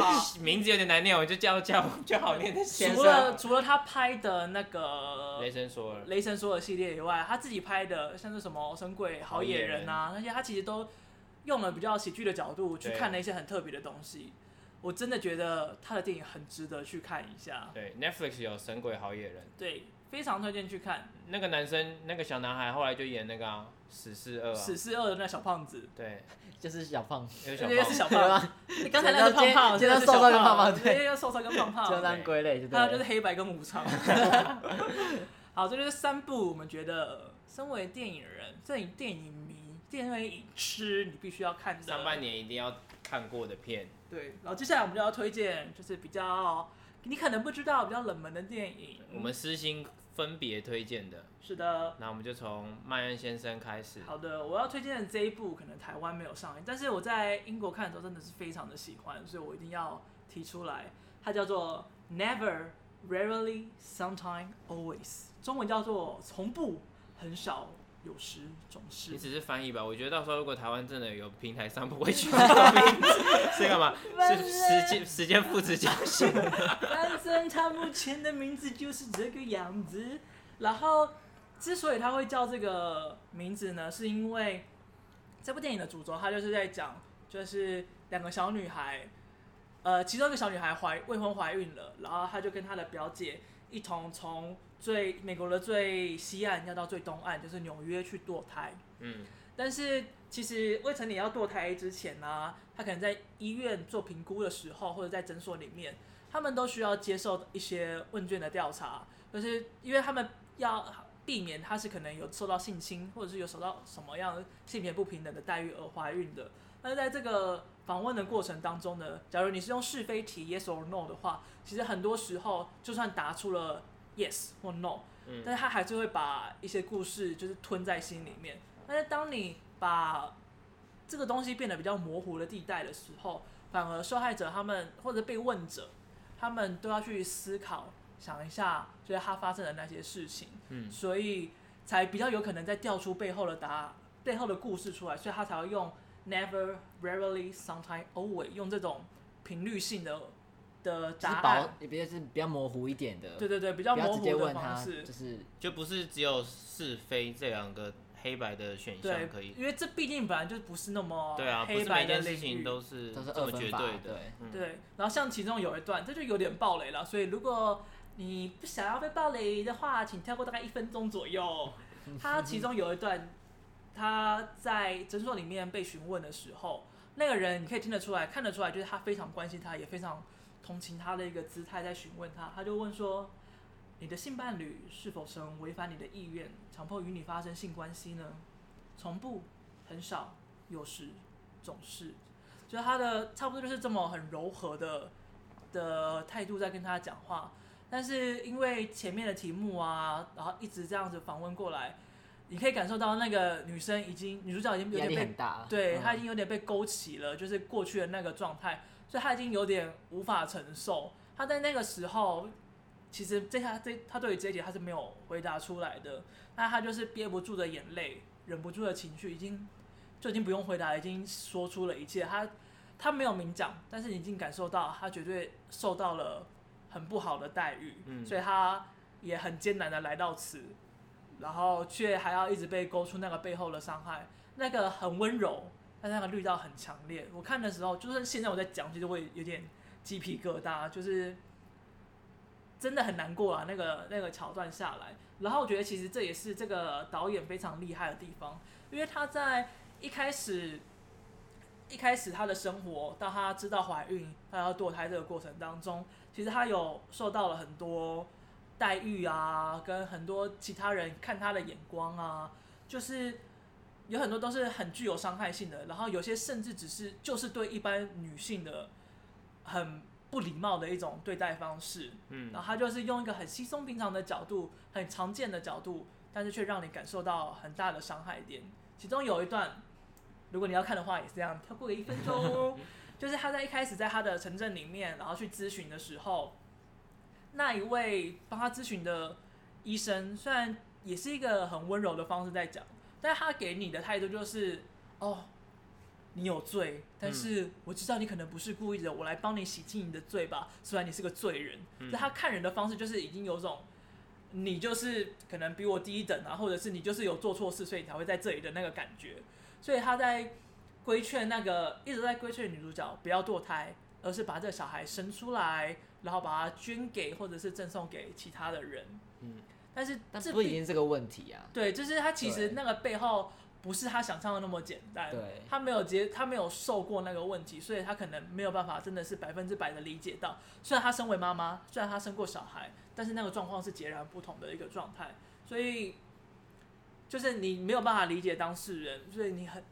S1: 哇
S2: 名字有点难念，我就叫叫就好念的先
S1: 除
S2: 生。
S1: 了除了他拍的那个
S2: 雷神索尔，
S1: 雷神索尔系列以外，他自己拍的像是什么《神鬼好野人》啊，那些他其实都用了比较喜剧的角度去
S2: 对
S1: 看了一些很特别的东西。我真的觉得他的电影很值得去看一下，
S2: 对，Netflix 有《神鬼好野人》，
S1: 对，非常推荐去看
S2: 那个男生，那个小男孩后来就演那个啊死侍二
S1: 《
S2: 啊，
S1: 死侍二》的那小胖子，
S2: 对，
S3: 就是小胖，啊
S2: 那个 小
S1: 那个是
S2: 胖 子，
S1: 小胖，
S3: 吧？
S1: 你刚才那个胖胖，那
S3: 今天今
S1: 个
S3: 天
S1: 是小
S3: 瘦瘦跟胖胖对
S1: 今天瘦瘦跟胖
S2: 哦
S3: 就
S1: 胖，
S3: 当归类就对了，
S1: 还有就是黑白跟无常。好，这就是三部我们觉得身为电影人、电影电影迷、电影痴，你必须要看的。
S2: 上半年一定要看过的片，
S1: 对，然后接下来我们就要推荐，就是比较你可能不知道比较冷门的电影。
S2: 我们私心分别推荐的，
S1: 是的，
S2: 那我们就从麦恩先生开始。
S1: 好的，我要推荐的这一部可能台湾没有上映，但是我在英国看的时候真的是非常的喜欢，所以我一定要提出来。它叫做 Never, Rarely, Sometime, Always，中文叫做从不、很少、有时、总是
S2: 你。只是翻译吧，我觉得到时候如果台湾真的有平台上不会 取这个名字，是干嘛？是时间时间父子交心。
S1: 反正他目前的名字就是这个样子。然后，之所以他会叫这个名字呢，是因为这部电影的主轴，他就是在讲，就是两个小女孩，呃，其中一个小女孩怀未婚怀孕了，然后她就跟她的表姐一同从最美国的最西岸要到最东岸，就是纽约去堕胎。
S2: 嗯，
S1: 但是其实未成年要堕胎之前呢、他可能在医院做评估的时候，或者在诊所里面，他们都需要接受一些问卷的调查，就是因为他们要避免他是可能有受到性侵，或者是有受到什么样性别不平等的待遇而怀孕的。那在这个访问的过程当中呢，假如你是用是非题 yes or no 的话，其实很多时候就算答出了 yes 或 no，
S2: 嗯
S1: 但是他还是会把一些故事就是吞在心里面。但是当你把这个东西变得比较模糊的地带的时候，反而受害者他们或者被问者，他们都要去思考，想一下就是他发生的那些事情，
S2: 嗯
S1: 所以才比较有可能再调出背后的答背后的故事出来，所以他才会用 never, rarely, sometime, always 用这种频率性的的
S3: 就是
S1: 答
S3: 薄
S1: 案，，
S3: 也比较是比较模糊一点的，
S1: 对对对，比较
S3: 不要
S1: 模
S3: 直
S1: 糊
S3: 接
S1: 的
S3: 问
S1: 方
S3: 他，
S1: 式
S3: 就。是
S2: 就不是只有是非这两个黑白的选
S1: 对
S2: 项可以，。
S1: 因为这毕竟本来就不是那么
S2: 对啊，不
S1: 黑
S2: 是
S1: 白
S2: 每
S1: 的
S2: 件
S1: 领
S2: 事
S1: 域，
S2: 情都是
S3: 都是
S2: 嗯这
S3: 二
S2: 么绝
S3: 分法
S2: 对的
S3: 对。
S2: 嗯，
S1: 对，然后像其中有一段，这就有点暴雷了，所以如果你不想要被暴雷的话，请跳过大概一分钟左 右。他其中有一段，他在诊所里面被询问的时候，那个人你可以听得出来、看得出来，就是他非常关心他，也非常同情他的一个姿态在询问他。他就问说：“你的性伴侣是否曾违反你的意愿，强迫与你发生性关系呢？”从不，很少，有时，总是。就是他的差不多就是这么很柔和的的态度在跟他讲话，但是因为前面的题目啊，然后一直这样子访问过来，你可以感受到那个女生已经女主角已经有
S3: 压
S1: 点
S3: 力
S1: 被
S3: 很大，
S1: 对
S3: 嗯
S1: 他已经有点被勾起了，就是过去的那个状态，所以他已经有点无法承受。他在那个时候，其实这下这他对于这一题他是没有回答出来的，那他就是憋不住的眼泪，忍不住的情绪，已经就已经不用回答，已经说出了一切。他他没有明讲，但是你已经感受到他绝对受到了很不好的待遇，
S2: 嗯
S1: 所以他也很艰难的来到此，然后却还要一直被勾出那个背后的伤害，那个很温柔，但是那个力道很强烈。我看的时候，就是现在我在讲，其实会有点鸡皮疙瘩，就是真的很难过啊。那个那个桥段下来，然后我觉得其实这也是这个导演非常厉害的地方，因为他在一开始。一开始她的生活，到她知道怀孕、她要堕胎这个过程当中，其实她有受到了很多待遇啊，跟很多其他人看她的眼光啊，就是有很多都是很具有伤害性的，然后有些甚至只是就是对一般女性的很不礼貌的一种对待方式。
S2: 嗯
S1: 然后他就是用一个很稀松平常的角度，很常见的角度，但是却让你感受到很大的伤害点。其中有一段，如果你要看的话，也是这样，跳过个一分钟哦，就是他在一开始在他的城镇里面，然后去咨询的时候，那一位帮他咨询的医生，虽然也是一个很温柔的方式在讲，但他给你的态度就是，哦，你有罪，但是我知道你可能不是故意的，我来帮你洗净你的罪吧。虽然你是个罪人，
S2: 嗯
S1: 但他看人的方式就是已经有种。你就是可能比我低一等啊，或者是你就是有做错事，所以你才会在这里的那个感觉。所以他在规劝那个一直在规劝女主角不要堕胎，而是把这个小孩生出来，然后把它捐给或者是赠送给其他的人。
S2: 嗯，
S1: 但是
S3: 但
S1: 这
S3: 不一
S1: 并
S3: 定是个问题啊。
S1: 对，就是他其实
S3: 对
S1: 那个背后不是他想象的那么简单。
S3: 对
S1: 他没有接，他没有受过那个问题，所以他可能没有办法真的是百分之百的理解到。虽然他身为妈妈，虽然他生过小孩，但是那个状况是截然不同的一个状态，所以就是你没有办法理解当事人，所以你很，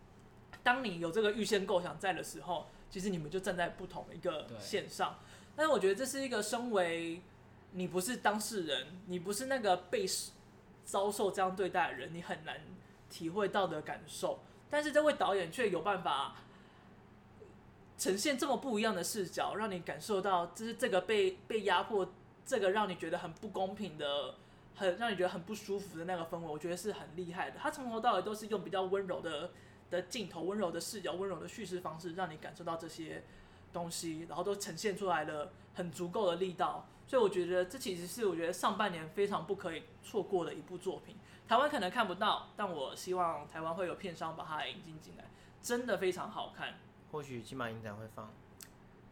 S1: 当你有这个预先构想在的时候，其实你们就站在不同一个
S3: 对
S1: 线上。但是我觉得这是一个身为你不是当事人，你不是那个被遭受这样对待的人，你很难体会到的感受。但是这位导演却有办法呈现这么不一样的视角，让你感受到，就是这个被被压迫，这个让你觉得很不公平的，很让你觉得很不舒服的那个氛围，我觉得是很厉害的。他从头到尾都是用比较温柔的的镜头、温柔的视角、温柔的叙事方式，让你感受到这些东西，然后都呈现出来了很足够的力道。所以我觉得这其实是我觉得上半年非常不可以错过的一部作品。台湾可能看不到，但我希望台湾会有片商把它引进进来，真的非常好看。
S2: 或许金马影展会放，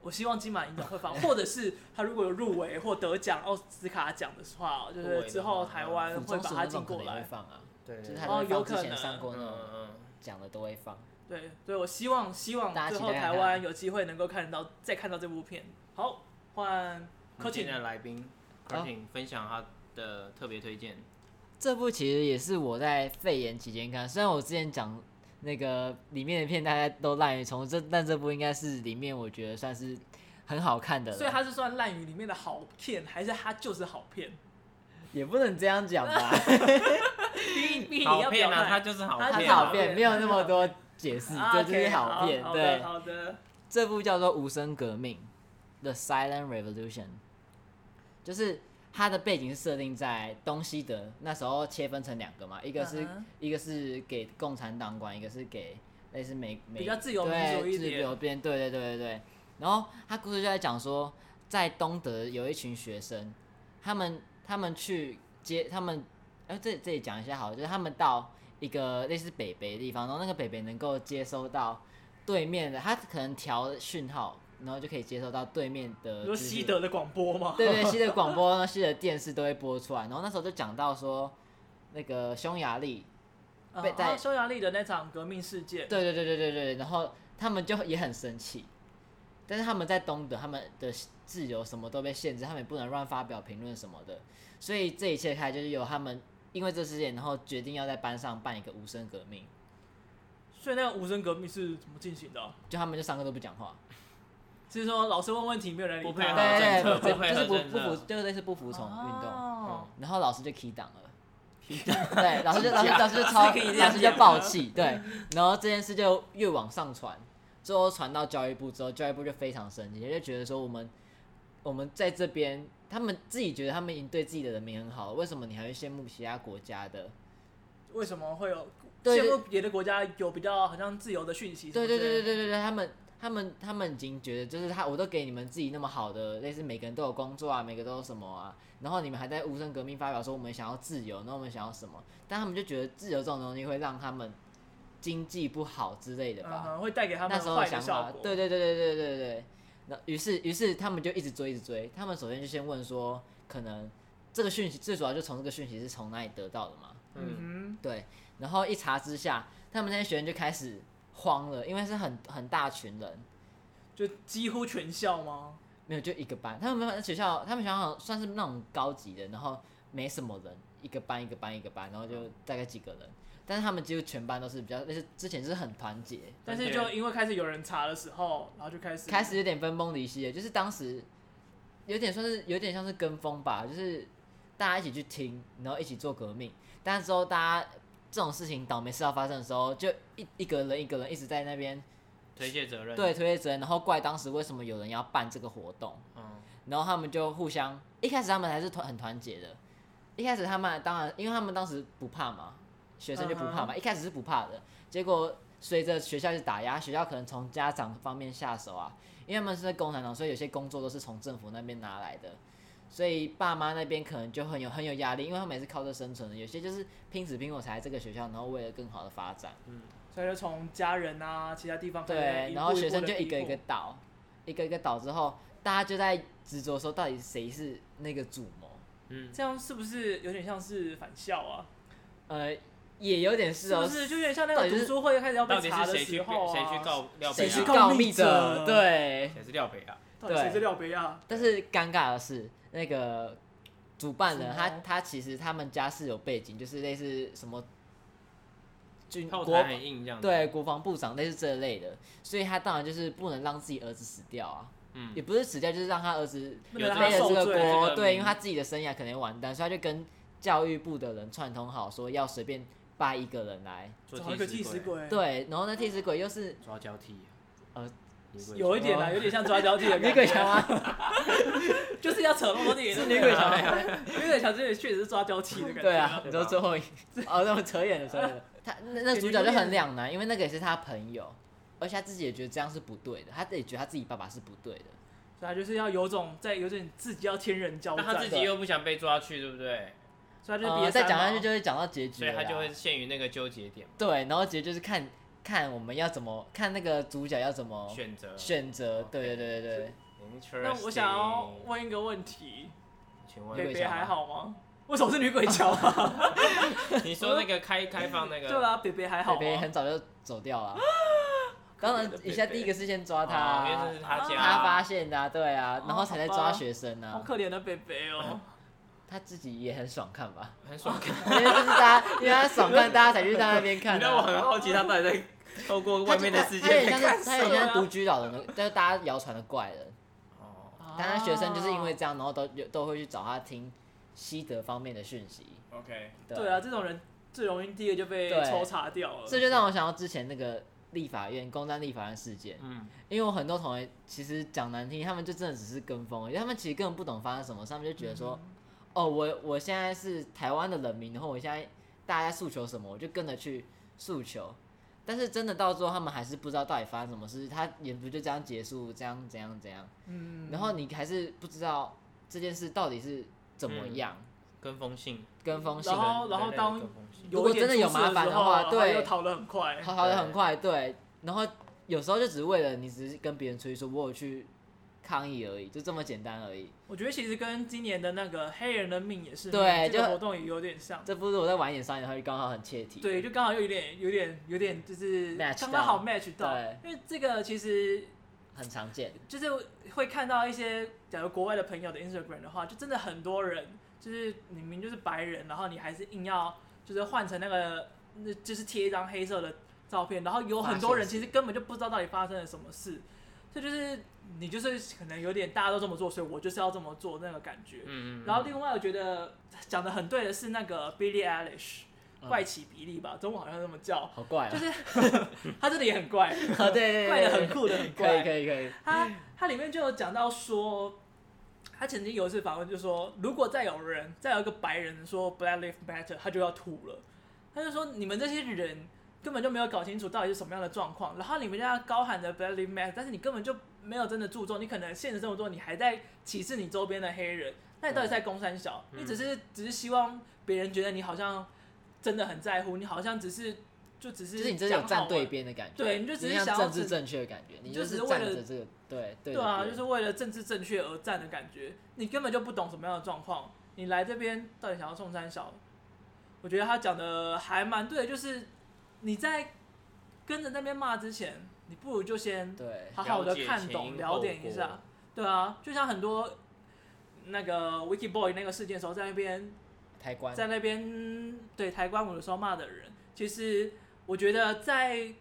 S1: 我希望金马影展会放，或者是他如果有入围或得奖奥斯卡奖的话，就
S2: 入围
S1: 是
S2: 的
S1: 之后
S2: 话
S1: 台湾
S3: 府
S1: 会
S3: 中
S1: 把
S3: 什
S1: 它
S3: 那
S1: 进
S3: 种可
S1: 过
S3: 能也会
S1: 来。
S3: 放啊，
S2: 对
S3: 就
S2: 对
S3: 是
S2: 对
S3: 他
S1: 哦
S3: 们
S1: 有
S3: 放
S1: 可
S3: 之前
S1: 能
S3: 上过
S2: 嗯
S3: 那种
S2: 嗯，
S3: 讲的都会放。
S1: 对对，我希望希望
S3: 大家
S1: 最
S3: 期
S1: 后
S3: 待看
S1: 台
S3: 看
S1: 湾有机会能够看到再看到这部片。好，换柯
S2: 嗯今
S1: 景
S2: 天的来宾
S3: 好
S2: c u 分享他的特别推荐，
S3: 这部其实也是我在肺炎期间看，虽然我之前讲那个里面的片大家都滥竽充数，这但这部应该是里面我觉得算是很好看的了。
S1: 所以它是算烂语里面的好片，还是它就是好片？
S3: 也不能这样讲吧，
S1: 毕毕竟 你
S2: 好
S1: 要
S2: 片
S1: 表
S2: 啊，他
S1: 态。
S2: 就是好
S1: 它是
S3: 它
S2: 片
S3: 是
S2: 啊，
S3: 好片，没有那么多解释，
S1: 啊
S3: 这
S1: OK，
S3: 就是好片。
S1: 好
S3: 对
S1: 的，好的，
S3: 这部叫做《无声革命》（The Silent Revolution），就是它的背景是设定在东西德，那时候切分成两个嘛，一个是、
S1: 嗯哼
S3: 一个是给共产党管，一个是给类似美美
S1: 比较自由民主一
S3: 对自
S1: 点
S3: 由边，对对对对对。然后他故事就在讲说，在东德有一群学生，他们他们去接他们，哎、这这里讲一下好了，就是他们到一个类似北北的地方，然后那个北北能够接收到对面的，他可能调讯号，然后就可以接收到对面的
S1: 你说
S3: 资
S1: 西
S3: 讯
S1: 德的广播吗？
S3: 呃对对，西的广播、呢，西的电视都会播出来。然后那时候就讲到说，那个匈牙利，
S1: 啊
S3: 被在
S1: 啊匈牙利的那场革命事件，
S3: 对对对对对对，然后他们就也很生气，但是他们在东德，他们的自由什么都被限制，他们也不能乱发表评论什么的。所以这一切开始就是由他们因为这事件，然后决定要在班上办一个无声革命，
S1: 所以那个无声革命是怎么进行的啊？
S3: 就他们就上课都不讲话，
S1: 是说老师问问题，没有人理
S2: 不配
S1: 他。
S2: 合
S1: 对
S2: 政
S3: 对
S2: 策
S3: 对
S2: 不会
S3: 对，就是
S2: 和政
S3: 不
S2: 策
S3: 不服，就类似不服从运动。嗯
S1: 哦
S3: 然后老师就 key 档了。对，老师就老师老师就超，
S1: 是可以这样
S3: 老师就
S1: 讲的
S3: 暴气，对，然后这件事就越往上传，最后传到教育部之后，教育部就非常生气，就觉得说我们我们在这边，他们自己觉得他们已经对自己的人民很好了，为什么你还会羡慕其他国家的？
S1: 为什么会有
S3: 对
S1: 羡慕别的国家有比较好像自由的讯息？
S3: 对对
S1: 对。
S3: 对对对对对，他们他们他们已经觉得就是他，我都给你们自己那么好的，类似每个人都有工作啊，每个都有什么啊，然后你们还在无声革命发表说我们想要自由，那我们想要什么？但他们就觉得自由这种东西会让他们经济不好之类的
S1: 嗯
S3: 吧，
S1: 哼，会带给他
S3: 那
S1: 们
S3: 时候的
S1: 坏的
S3: 想
S1: 效
S3: 法，
S1: 果。
S3: 对对对对对对对。那于是于是他们就一直追一直追，他们首先就先问说，可能这个讯息最主要就从这个讯息是从哪里得到的嘛？
S2: 嗯，
S1: 嗯
S3: 对，然后一查之下，他们那些学员就开始慌了，因为是很很大群人，
S1: 哼，就几乎全校吗？
S3: 没有就一个班，他们学校他们学校好像算是那种高级的，然后没什么人，一个班一个班一个班，然后就大概几个人，但是他们几乎全班都是比较，那是之前就是很团结，
S1: 但是就因为开始有人查的时候，然后就开始
S3: 开始有点分崩离析了，就是当时有点算是有点像是跟风吧，就是大家一起去听，然后一起做革命，但之后大家。这种事情倒霉事要发生的时候，就一一个人一个人一直在那边
S2: 推卸责任，啊
S3: 对推卸责任，然后怪当时为什么有人要办这个活动，
S2: 嗯，
S3: 然后他们就互相，一开始他们还是团很团结的，一开始他们当然，因为他们当时不怕嘛，学生就不怕嘛一开始是不怕的，结果随着学校去打压，学校可能从家长方面下手啊，因为他们是共产党，所以有些工作都是从政府那边拿来的。所以爸妈那边可能就很有很有压力，因为他们也是靠这生存的。有些就是拼死拼活才来这个学校，然后为了更好的发展。
S1: 所以就从家人啊，其他地方开始
S3: 对，
S1: 一步
S3: 然后
S1: 步
S3: 学生
S1: 地
S3: 就一
S1: 逼
S3: 个一
S1: 迫
S3: 个倒，一个一个倒之后，大家就在执着说到底谁是那个主谋。
S2: 嗯，
S1: 这样是不是有点像是返校啊？
S3: 呃，也有点是
S1: 是
S3: 哦，
S1: 不是就有点像那
S3: 到
S1: 个
S3: 底
S1: 读
S3: 是
S1: 书会开始要被
S2: 到底
S1: 查
S2: 是
S1: 的
S2: 谁去
S1: 时
S2: 谁
S1: 候啊？
S2: 去告廖
S1: 谁
S2: 北
S3: 谁
S1: 是
S3: 是
S2: 亚？
S1: 告
S3: 告
S1: 密
S3: 密
S1: 者
S3: 对，
S2: 谁是廖北啊亚？
S1: 到底
S3: 对
S1: 谁是廖北亚？
S3: 但是尴尬的是，那个主办人
S1: 主谋
S3: 他他其实他们家是有背景，就是类似什么军
S2: 后
S3: 国
S2: 台很硬这样子。，
S3: 对国防部长类似这类的，所以他当然就是不能让自己儿子死掉啊，
S2: 嗯，
S3: 也不是死掉，就是让他儿子
S1: 不能让
S2: 有
S1: 他
S3: 背了
S1: 受
S3: 这个
S1: 罪。
S2: 这
S3: 锅，
S2: 个
S3: 对，
S2: 名
S3: 因为他自己的生涯可能完蛋，所以他就跟教育部的人串通好，说要随便掰一个人来，
S2: 做
S1: 找一个替
S2: 替
S1: 死
S2: 死，
S1: 鬼，，
S3: 对，然后那替死鬼又是
S2: 抓交替。啊
S3: 呃
S2: 女鬼，
S1: 有一点啊，有点像抓交替的
S3: 女
S1: 感
S3: 鬼
S1: 觉，
S3: 强吗？
S1: 就是要扯那么多点。
S3: 是女鬼强
S1: 对啊，
S3: 吗？
S1: 女鬼强这里确实是抓交替的感觉。
S3: 对啊，你
S2: 对吧
S3: 说最后一哦，那我扯远了，扯远了。他那那
S1: 感觉
S3: 主角
S1: 有
S3: 就
S1: 点
S3: 很两难，因为那个也是他朋友，而且他自己也觉得这样是不对的，他自己觉得他自己爸爸是不对的。
S1: 所以他就是要有种在有点自己要天人交
S2: 那
S1: 战，
S2: 他自
S1: 所
S2: 己又不想被抓去，对不对？
S1: 以他就是
S3: 呃
S1: 别
S3: 再讲下
S1: 删啊
S3: 去
S1: 嘛
S3: 就会讲到结局
S2: 所以
S3: 了啦，
S2: 他就会陷于那个纠结点，
S3: 对，然后结局就是看看我们要怎么看那个主角要怎么
S2: 选择。
S3: 哦选择。对对对对对，
S2: Interesting
S1: 那我想要，问一个问题：
S2: 请问
S3: 女
S1: 北
S3: 鬼
S1: 北
S3: 桥吗
S1: 还好吗？为什么是女鬼桥 啊？
S2: 你说那个开开放那个，
S1: 对啊，北北还好
S3: 贝
S1: 吗？
S3: 贝很早就走掉了。哦 当然
S1: 可怜的，贝
S3: 以下
S1: 贝
S3: 第一个是先抓
S2: 哦，
S3: 他
S2: 因为
S3: 啊
S2: 这，是哦他家，
S3: 他发现的啊，对啊，然后才在
S1: 好吧
S3: 抓学生
S1: 好
S3: 啊，
S1: 可怜的北北哦，
S3: 他自己也很爽看吧。
S2: 很爽感。
S3: 因为就是大家，因为他爽看，大家才去到那边看、啊。
S2: 你让我很好奇，他到底在透过外面的世界
S3: 他有
S2: 在
S3: 点
S2: 看啊
S3: 像是他有点
S1: 什
S3: 像
S1: 么
S3: 独居老人的，就是大家谣传的怪人。
S2: 哦
S3: 当然，学生就是因为这样，然后都有都会去找他听西德方面的讯息。
S2: ，OK，
S1: 对啊，，这种人最容易第一个就被
S3: 对
S1: 抽查掉了。
S3: 这就让我想到之前那个立法院攻占立法院事件，
S2: 嗯，
S3: 因为我很多同学其实讲难听，他们就真的只是跟风而已，他们其实根本不懂发生什么事，他们就觉得说，哦，我我现在是台湾的人民，然后我现在大家在诉求什么，我就跟着去诉求。但是真的到最后，他们还是不知道到底发生什么事，他也不就这样结束，这样怎样怎样，
S1: 嗯，
S3: 然后你还是不知道这件事到底是怎么
S2: 嗯
S3: 样，
S2: 跟风信，
S3: 跟风信
S1: 然后
S3: 任，
S1: 然后
S2: 对
S1: 当
S2: 跟风信
S1: 有
S3: 如果
S1: 一点
S3: 真的有
S1: 出事
S3: 麻烦
S1: 时
S3: 的
S1: 候啊
S3: 话
S1: 他
S3: 对
S1: 又逃得很快。
S3: 好好的
S2: 对
S3: 很快，对，然后有时候就只是为了你只是跟别人出去说我有去抗议而已，就这么简单而已。
S1: 我觉得其实跟今年的那个黑人的命也是，
S3: 对
S1: 这个
S3: 就
S1: 活动也有点像。
S3: 这不是我在晚一点商演，它就刚好很切题。
S1: 对，就刚好有点、有点、有点，就是
S3: Match
S1: 刚刚好 match 到
S3: 对，
S1: 因为这个其实
S3: 很常见。
S1: 就是会看到一些，假如国外的朋友的 Instagram 的话，就真的很多人，就是你明明就是白人，然后你还是硬要就是换成那个，那就是贴一张黑色的照片，然后有很多人
S3: 发现
S1: 其实根本就不知道到底发生了什么事，这就是你就是可能有点大家都这么做，所以我就是要这么做那个感觉。
S2: 嗯嗯，
S1: 然后另外我觉得讲的很对的是那个 Billie Eilish，
S3: 嗯
S1: 怪奇比利吧，中文好像这么叫，
S3: 好怪啊！
S1: 就是他真的也很怪，
S3: 啊， 对对对，
S1: 怪的很酷的很
S3: 可以
S1: 怪。
S3: 可以可以。
S1: 他他里面就有讲到说，他曾经有一次访问就说，如果再有人再有一个白人说 Black Lives Matter，他就要吐了。他就说你们这些人根本就没有搞清楚到底是什么样的状况，然后你们这样高喊着 Black Lives Matter，但是你根本就没有真的注重，你可能现实生活中你还在歧视你周边的黑人，那你到底在攻三小？
S2: 嗯
S1: 你只是只是希望别人觉得你好像真的很在乎，你好像只是就只是
S3: 就是你这有
S1: 讲好
S3: 站对
S1: 玩
S3: 边的感觉，
S1: 对你就只是
S3: 像
S1: 想要
S3: 政
S1: 只
S3: 治正确的感觉，你
S1: 就只
S3: 是
S1: 是为
S3: 站
S1: 了
S3: 着这个对对
S1: 对
S3: 着
S1: 啊，
S3: 别
S1: 就
S3: 人
S1: 是为了政治正确而战的感觉。你根本就不懂什么样的状况，你来这边到底想要送三小？我觉得他讲的还蛮对的，就是你在跟着那边骂之前，你不如就先
S3: 对
S1: 好好的
S2: 了解
S1: 看
S2: 前
S1: 懂、
S2: 因
S1: 了
S2: 后
S1: 解一
S2: 果
S1: 下。对啊，就像很多那个 Wiki Boy 那个事件的时候，在那边
S3: 抬棺。
S1: 在那边对抬棺舞的时候骂的人，其实我觉得在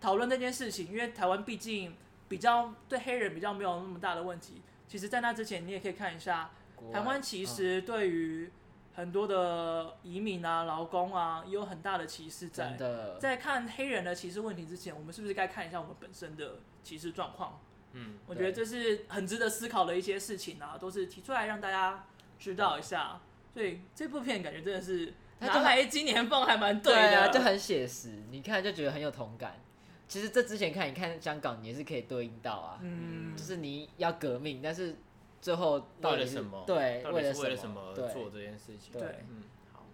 S1: 讨论这件事情，因为台湾毕竟比较对黑人比较没有那么大的问题。其实，在那之前，你也可以看一下，
S3: 国
S1: 台
S3: 外
S1: 湾其实对于很多的移民啊、劳工啊，也有很大的歧视
S3: 嗯真
S1: 在。
S3: 的
S1: 在看黑人的歧视问题之前，我们是不是该看一下我们本身的歧视状况？
S2: 嗯，
S1: 我觉得这是很值得思考的一些事情啊，都是提出来让大家知道一下。所以这部片感觉真的是
S3: 它就
S1: 拿
S3: 很
S1: 来今年放还蛮的，
S3: 啊，就很写实，你看就觉得很有同感。其实这之前看，你看香港你也是可以对应到啊，
S1: 嗯，
S3: 就是你要革命，但是最后到
S2: 为
S3: 底
S2: 了
S3: 是
S2: 什么？
S3: 对，
S2: 到底
S3: 了
S2: 是哎为了
S3: 什
S2: 什么
S3: 对
S2: 而 做这件事情？
S3: 对
S1: 对
S2: 嗯，好。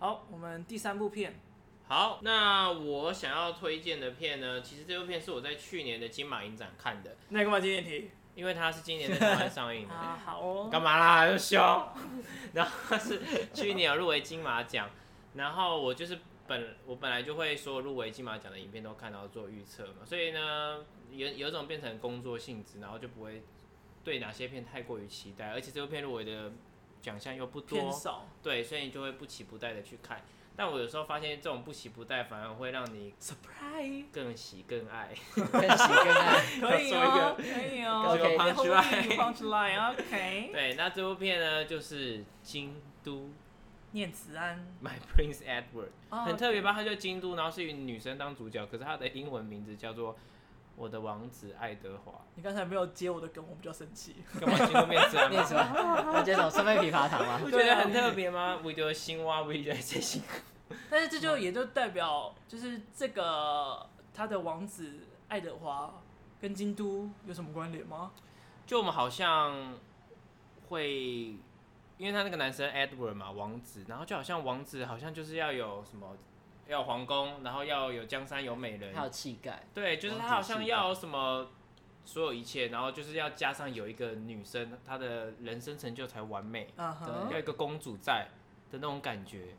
S1: 好，我们第三部片，
S2: 好，那我想要推荐的片呢，其实这部片是我在去年的金马影展看的，
S1: 那个嘛今天提
S2: 因为它是今年在台湾上映 的。
S1: 啊，好哦，
S2: 干嘛啦？又凶。然后它是去年有入围金马奖，然后我就是本我本来就会说入围金马奖的影片都看到做预测嘛，所以呢有有种变成工作性质，然后就不会对哪些片太过于期待，而且这部片入围的奖项又不多，
S1: 偏少，
S2: 对，所以你就会不期不待的去看。但我有时候发现这种不期不待反而会让你
S1: surprise，
S2: 更喜更爱。
S3: 更喜更爱。
S1: 可以哦，可以哦
S3: OK
S2: punchline
S1: ，punchline，OK，
S2: 对，那这部片呢就是《京都
S1: 念慈安，
S2: My Prince Edward》。
S1: 哦
S2: 很特别吧？它叫京都，然后是以女生当主角，可是它的英文名字叫做《我的王子爱德华
S1: 你刚才没有接我的梗，我比较生气。》，
S2: 干嘛京都面试
S3: 念
S2: 啊？
S3: 什么？那这种酸梅枇杷糖吗？
S2: 不觉得很特别吗？为了青蛙，为了这些，
S1: 但是这
S2: 嗯
S1: 就也就代表，就是这个他的王子爱德华跟京都有什么关联吗？
S2: 就我们好像会。因为他那个男生 Edward 嘛，王子，然后就好像王子好像就是要有什么，要有皇宫，然后要有江山有美人
S3: 还，有气概，
S2: 对，就是他好像要有什么所有一切，然后就是要加上有一个女生，她的人生成就才完美。
S1: 啊
S3: 对
S1: 哈
S2: 要，一个公主在的那种感觉。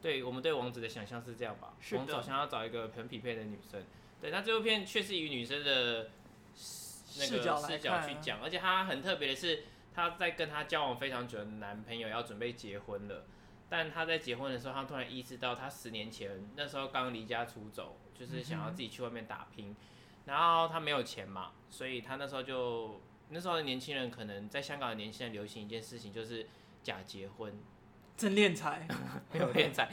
S2: 对我们对王子的想象是这样吧？
S1: 是的
S2: 王子好像要找一个很匹配的女生。对，那这部片却是以女生的那
S1: 视角来
S2: 个视角
S1: 看啊
S2: 去讲，而且她很特别的是，她在跟她交往非常久的男朋友要准备结婚了，但她在结婚的时候，她突然意识到，她十年前那时候刚离家出走，就是想要自己去外面打拼，然后她没有钱嘛，所以她那时候就那时候的年轻人可能在香港的年轻人流行一件事情，就是假结婚，
S1: 真敛 财，
S2: 没有恋 财，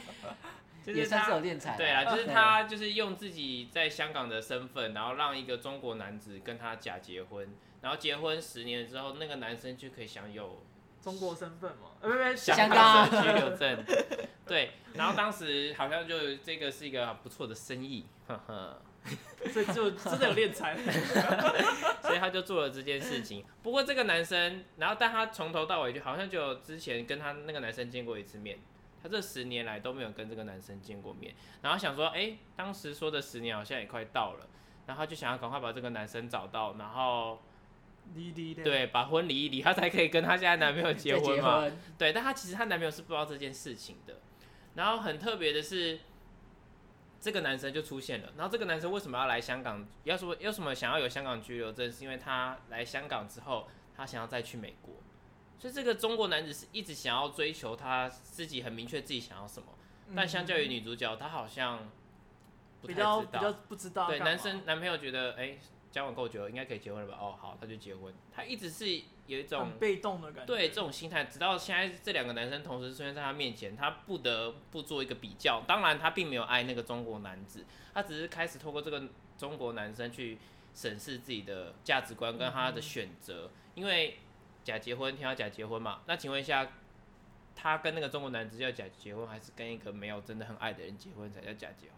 S2: 就
S3: 也
S2: 是
S3: 算是有
S2: 他。
S3: 练才。嗯
S2: 对啦，就是
S3: 对
S2: 他，就是用自己在香港的身份，然后让一个中国男子跟他假结婚，然后结婚十年之后，那个男生就可以享有
S1: 中国身份嘛？呃，不不，
S3: 香
S2: 港
S3: 港
S2: 的居留证。 对，然后当时好像就这个是一个不错的生意，呵呵。
S1: 这就真的有敛 财，
S2: 所以他就做了这件事情。不过这个男生，然后但他从头到尾就好像就有之前跟他那个男生见过一次面，他这十年来都没有跟这个男生见过面。然后想说，哎、当时说的十年好像也快到了，然后他就想要赶快把这个男生找到，然后
S1: 滴滴的，，
S2: 对把婚离一离，他才可以跟他现在男朋友结
S3: 再
S2: 婚
S3: 结
S2: 嘛。
S3: 婚，
S2: 对，但她其实她男朋友是不知道这件事情的。然后很特别的是，这个男生就出现了。然后这个男生为什么要来香港？要说为什么想要有香港居留证？是因为他来香港之后，他想要再去美国。所以这个中国男子是一直想要追求他自己很明确自己想要什么，
S1: 嗯
S2: 但相较于女主角，她好像不太
S1: 比
S2: 知道
S1: 较。比较不知道
S2: 对，
S1: 干嘛
S2: 男生男朋友觉得，哎、交往够久了，应该可以结婚了吧？哦，好，他就结婚。他一直是有一种
S1: 很被动的感觉，
S2: 对这种心态，直到现在这两个男生同时出现在他面前，他不得不做一个比较。当然，他并没有爱那个中国男子，他只是开始透过这个中国男生去审视自己的价值观跟他的
S1: 嗯
S2: 选择。因为假结婚，听到假结婚嘛，那请问一下，他跟那个中国男子叫假结婚，还是跟一个没有真的很爱的人结婚才叫假结婚？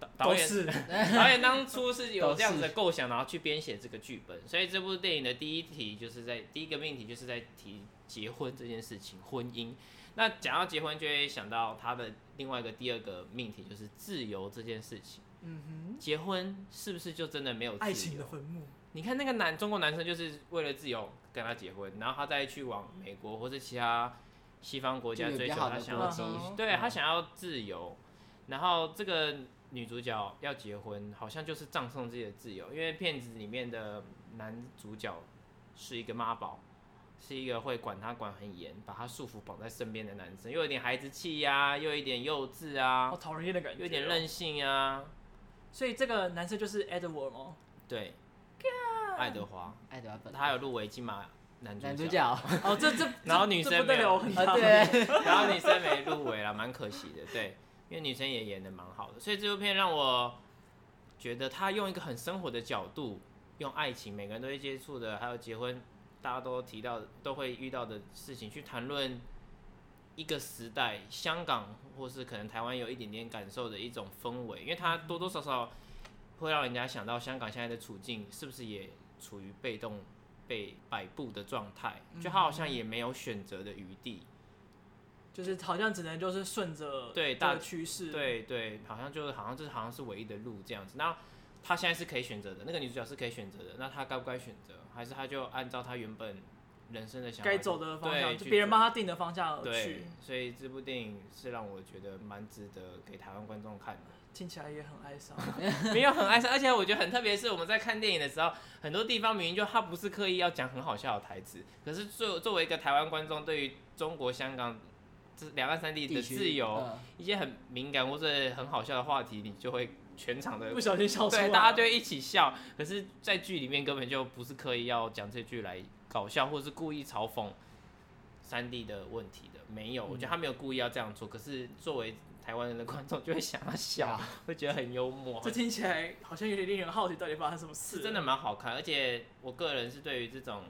S2: 导导
S1: 都
S2: 演
S1: 是
S2: 导演当初是有这样子的构想，然后去编写这个剧本，所以这部电影的第一题就是在第一个命题就是在提结婚这件事情，婚姻。那讲到结婚，就会想到他的另外一个第二个命题就是自由这件事情。
S1: 嗯
S2: 结婚是不是就真的没有
S1: 哼，
S2: 自由
S1: 爱情的坟墓，
S2: 你看那个男中国男生就是为了自由跟他结婚，然后他再去往美国或是其他西方国家
S3: 就有
S2: 追
S3: 比较
S2: 求
S3: 好
S2: 他
S3: 的
S2: 想要
S3: 国
S2: 的
S3: 籍
S1: 嗯哼，
S2: 对他想要自由，然后这个女主角要结婚，好像就是葬送自己的自由，因为片子里面的男主角是一个妈宝，是一个会管她管很严，把她束缚绑在身边的男生，又有点孩子气呀、又有一点幼稚啊
S1: 好，讨人厌的感觉，哦
S2: 又有点，任性啊，
S1: 所以这个男生就是 Edward 哦吗？
S2: 对，爱德华，
S3: 爱德华本
S2: 他有入围金马男主
S3: 男主
S2: 角。
S3: 角，
S1: 哦，这这，
S2: 然后女
S1: 这
S2: 生
S1: 不得
S2: 没有
S1: 了，很
S3: 啊
S1: 大，
S3: 对，
S2: 然后女生没入围了，蛮可惜的。对，因为女生也演的蛮好的，所以这部片让我觉得她用一个很生活的角度用爱情，每个人都会接触的，还有结婚，大家都提到都会遇到的事情去谈论一个时代，香港或是可能台湾有一点点感受的一种氛围，因为它多多少少会让人家想到香港现在的处境是不是也处于被动被摆布的状态，就它好像也没有选择的余地。
S1: 就是好像只能就是顺着
S2: 对
S1: 这
S2: 大
S1: 个趋势，
S2: 对对，好像就是好像这好像是唯一的路这样子。那她现在是可以选择的，那个女主角是可以选择的，那她该不该选择？还是她就按照她原本人生的想法
S1: 该走的方向，
S2: 对
S1: 就
S2: 去
S1: 别人
S2: 走
S1: 帮他定的方向而去
S2: 对，，所以这部电影是让我觉得蛮值得给台湾观众看的，
S1: 听起来也很哀伤。
S2: 没有很爱上，而且我觉得很特别，是我们在看电影的时候，很多地方明明就他不是刻意要讲很好笑的台词，可是作作为一个台湾观众，对于中国香港这两岸三地的
S3: 地区
S2: 自由，
S3: 嗯
S2: 一些很敏感或者很好笑的话题，你就会全场的
S1: 不小心笑出来
S2: 对，
S1: 了，
S2: 大家就会一起笑。可是，在剧里面根本就不是刻意要讲这句来搞笑，或是故意嘲讽三 D 的问题的，没
S3: 嗯
S2: 有。我觉得他没有故意要这样做，可是作为台湾人的观众就会想要 笑，会觉得很幽默
S1: 这，听起来好像有点令人好奇，到底发生什么
S2: 是
S1: 事？
S2: 真的，蛮好看。而且我个人是对于这种。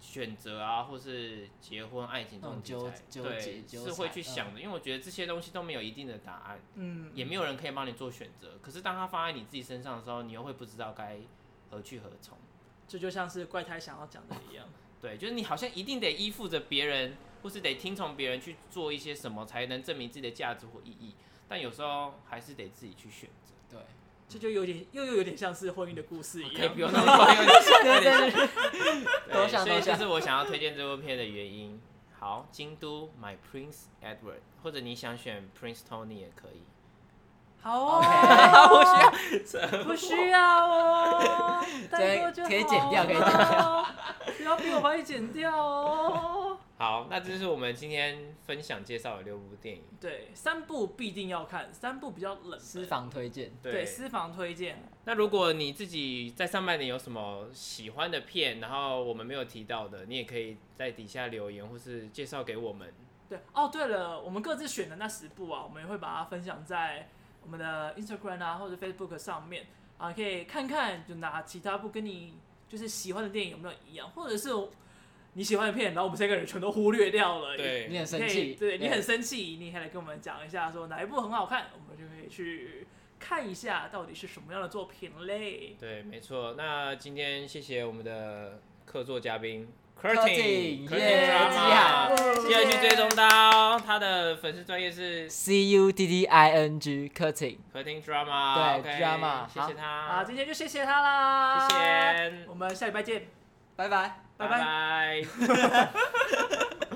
S2: 选择啊，或是结婚、爱情这种
S3: 那种
S2: 题材，
S3: 纠
S2: 对，
S3: 纠结
S2: 是会去
S3: 纠缠嗯
S2: 想的，因为我觉得这些东西都没有一定的答案。
S1: 嗯，
S2: 也没有人可以帮你做选择。可是当它放在你自己身上的时候，你又会不知道该何去何从。
S1: 这就像是怪胎想要讲的一样，
S2: 对，就是你好像一定得依附着别人，或是得听从别人去做一些什么，才能证明自己的价值或意义。但有时候还是得自己去选择。
S3: 对，
S1: 这就有点又又有点像是婚姻的故事一
S2: 可以
S1: 样
S2: 不。用那么快， 有点像有点像
S3: 多想
S2: 对，所
S3: 多
S2: 以
S3: 想
S2: 这是我想要推荐这部片的原因。好，京都 My Prince Edward，或者你想选 Prince Tony 也可以。
S1: 好哦
S3: OK
S1: 不需要 哦，带过就好
S3: 可以剪掉可以剪
S1: 掉，不要逼我把你剪掉哦。
S2: 好，那这是我们今天分享介绍的六部电影。
S1: 对，三部必定要看，三部比较冷门，
S3: 私房推荐，
S1: 对私房推荐，
S2: 那如果你自己在上半年有什么喜欢的片，然后我们没有提到的，你也可以在底下留言或是介绍给我们。
S1: 对哦，对了，我们各自选的那十部啊，我们也会把它分享在我们的 Instagram 啊或者 Facebook 上面啊，可以看看就拿其他部跟你就是喜欢的电影有没有一样，或者是你喜欢的片，然后我们三个人全都忽略掉了，也
S3: 你
S2: 对，
S3: 很生
S1: 可以
S3: 气，
S1: 对你很生气，你还来跟我们讲一下说哪一部很好看，我们就可以去看一下到底是什么样的作品嘞。
S2: 对，没错。那今天谢谢我们的客座嘉宾
S3: Curtin，
S2: Curtin，Curtin
S3: 耶季海
S2: Drama，记得去追踪他哦，他的粉丝专业是
S3: C U T T I N G cutting，
S2: Curtin Drama，
S3: 对
S2: OK，
S3: Drama，
S2: 谢谢
S1: 好，
S2: 他，
S1: 今天就谢谢他啦，
S2: 谢谢
S1: 我们下礼拜见，
S3: 拜拜。
S1: 拜
S2: 拜
S1: 拜
S2: 拜。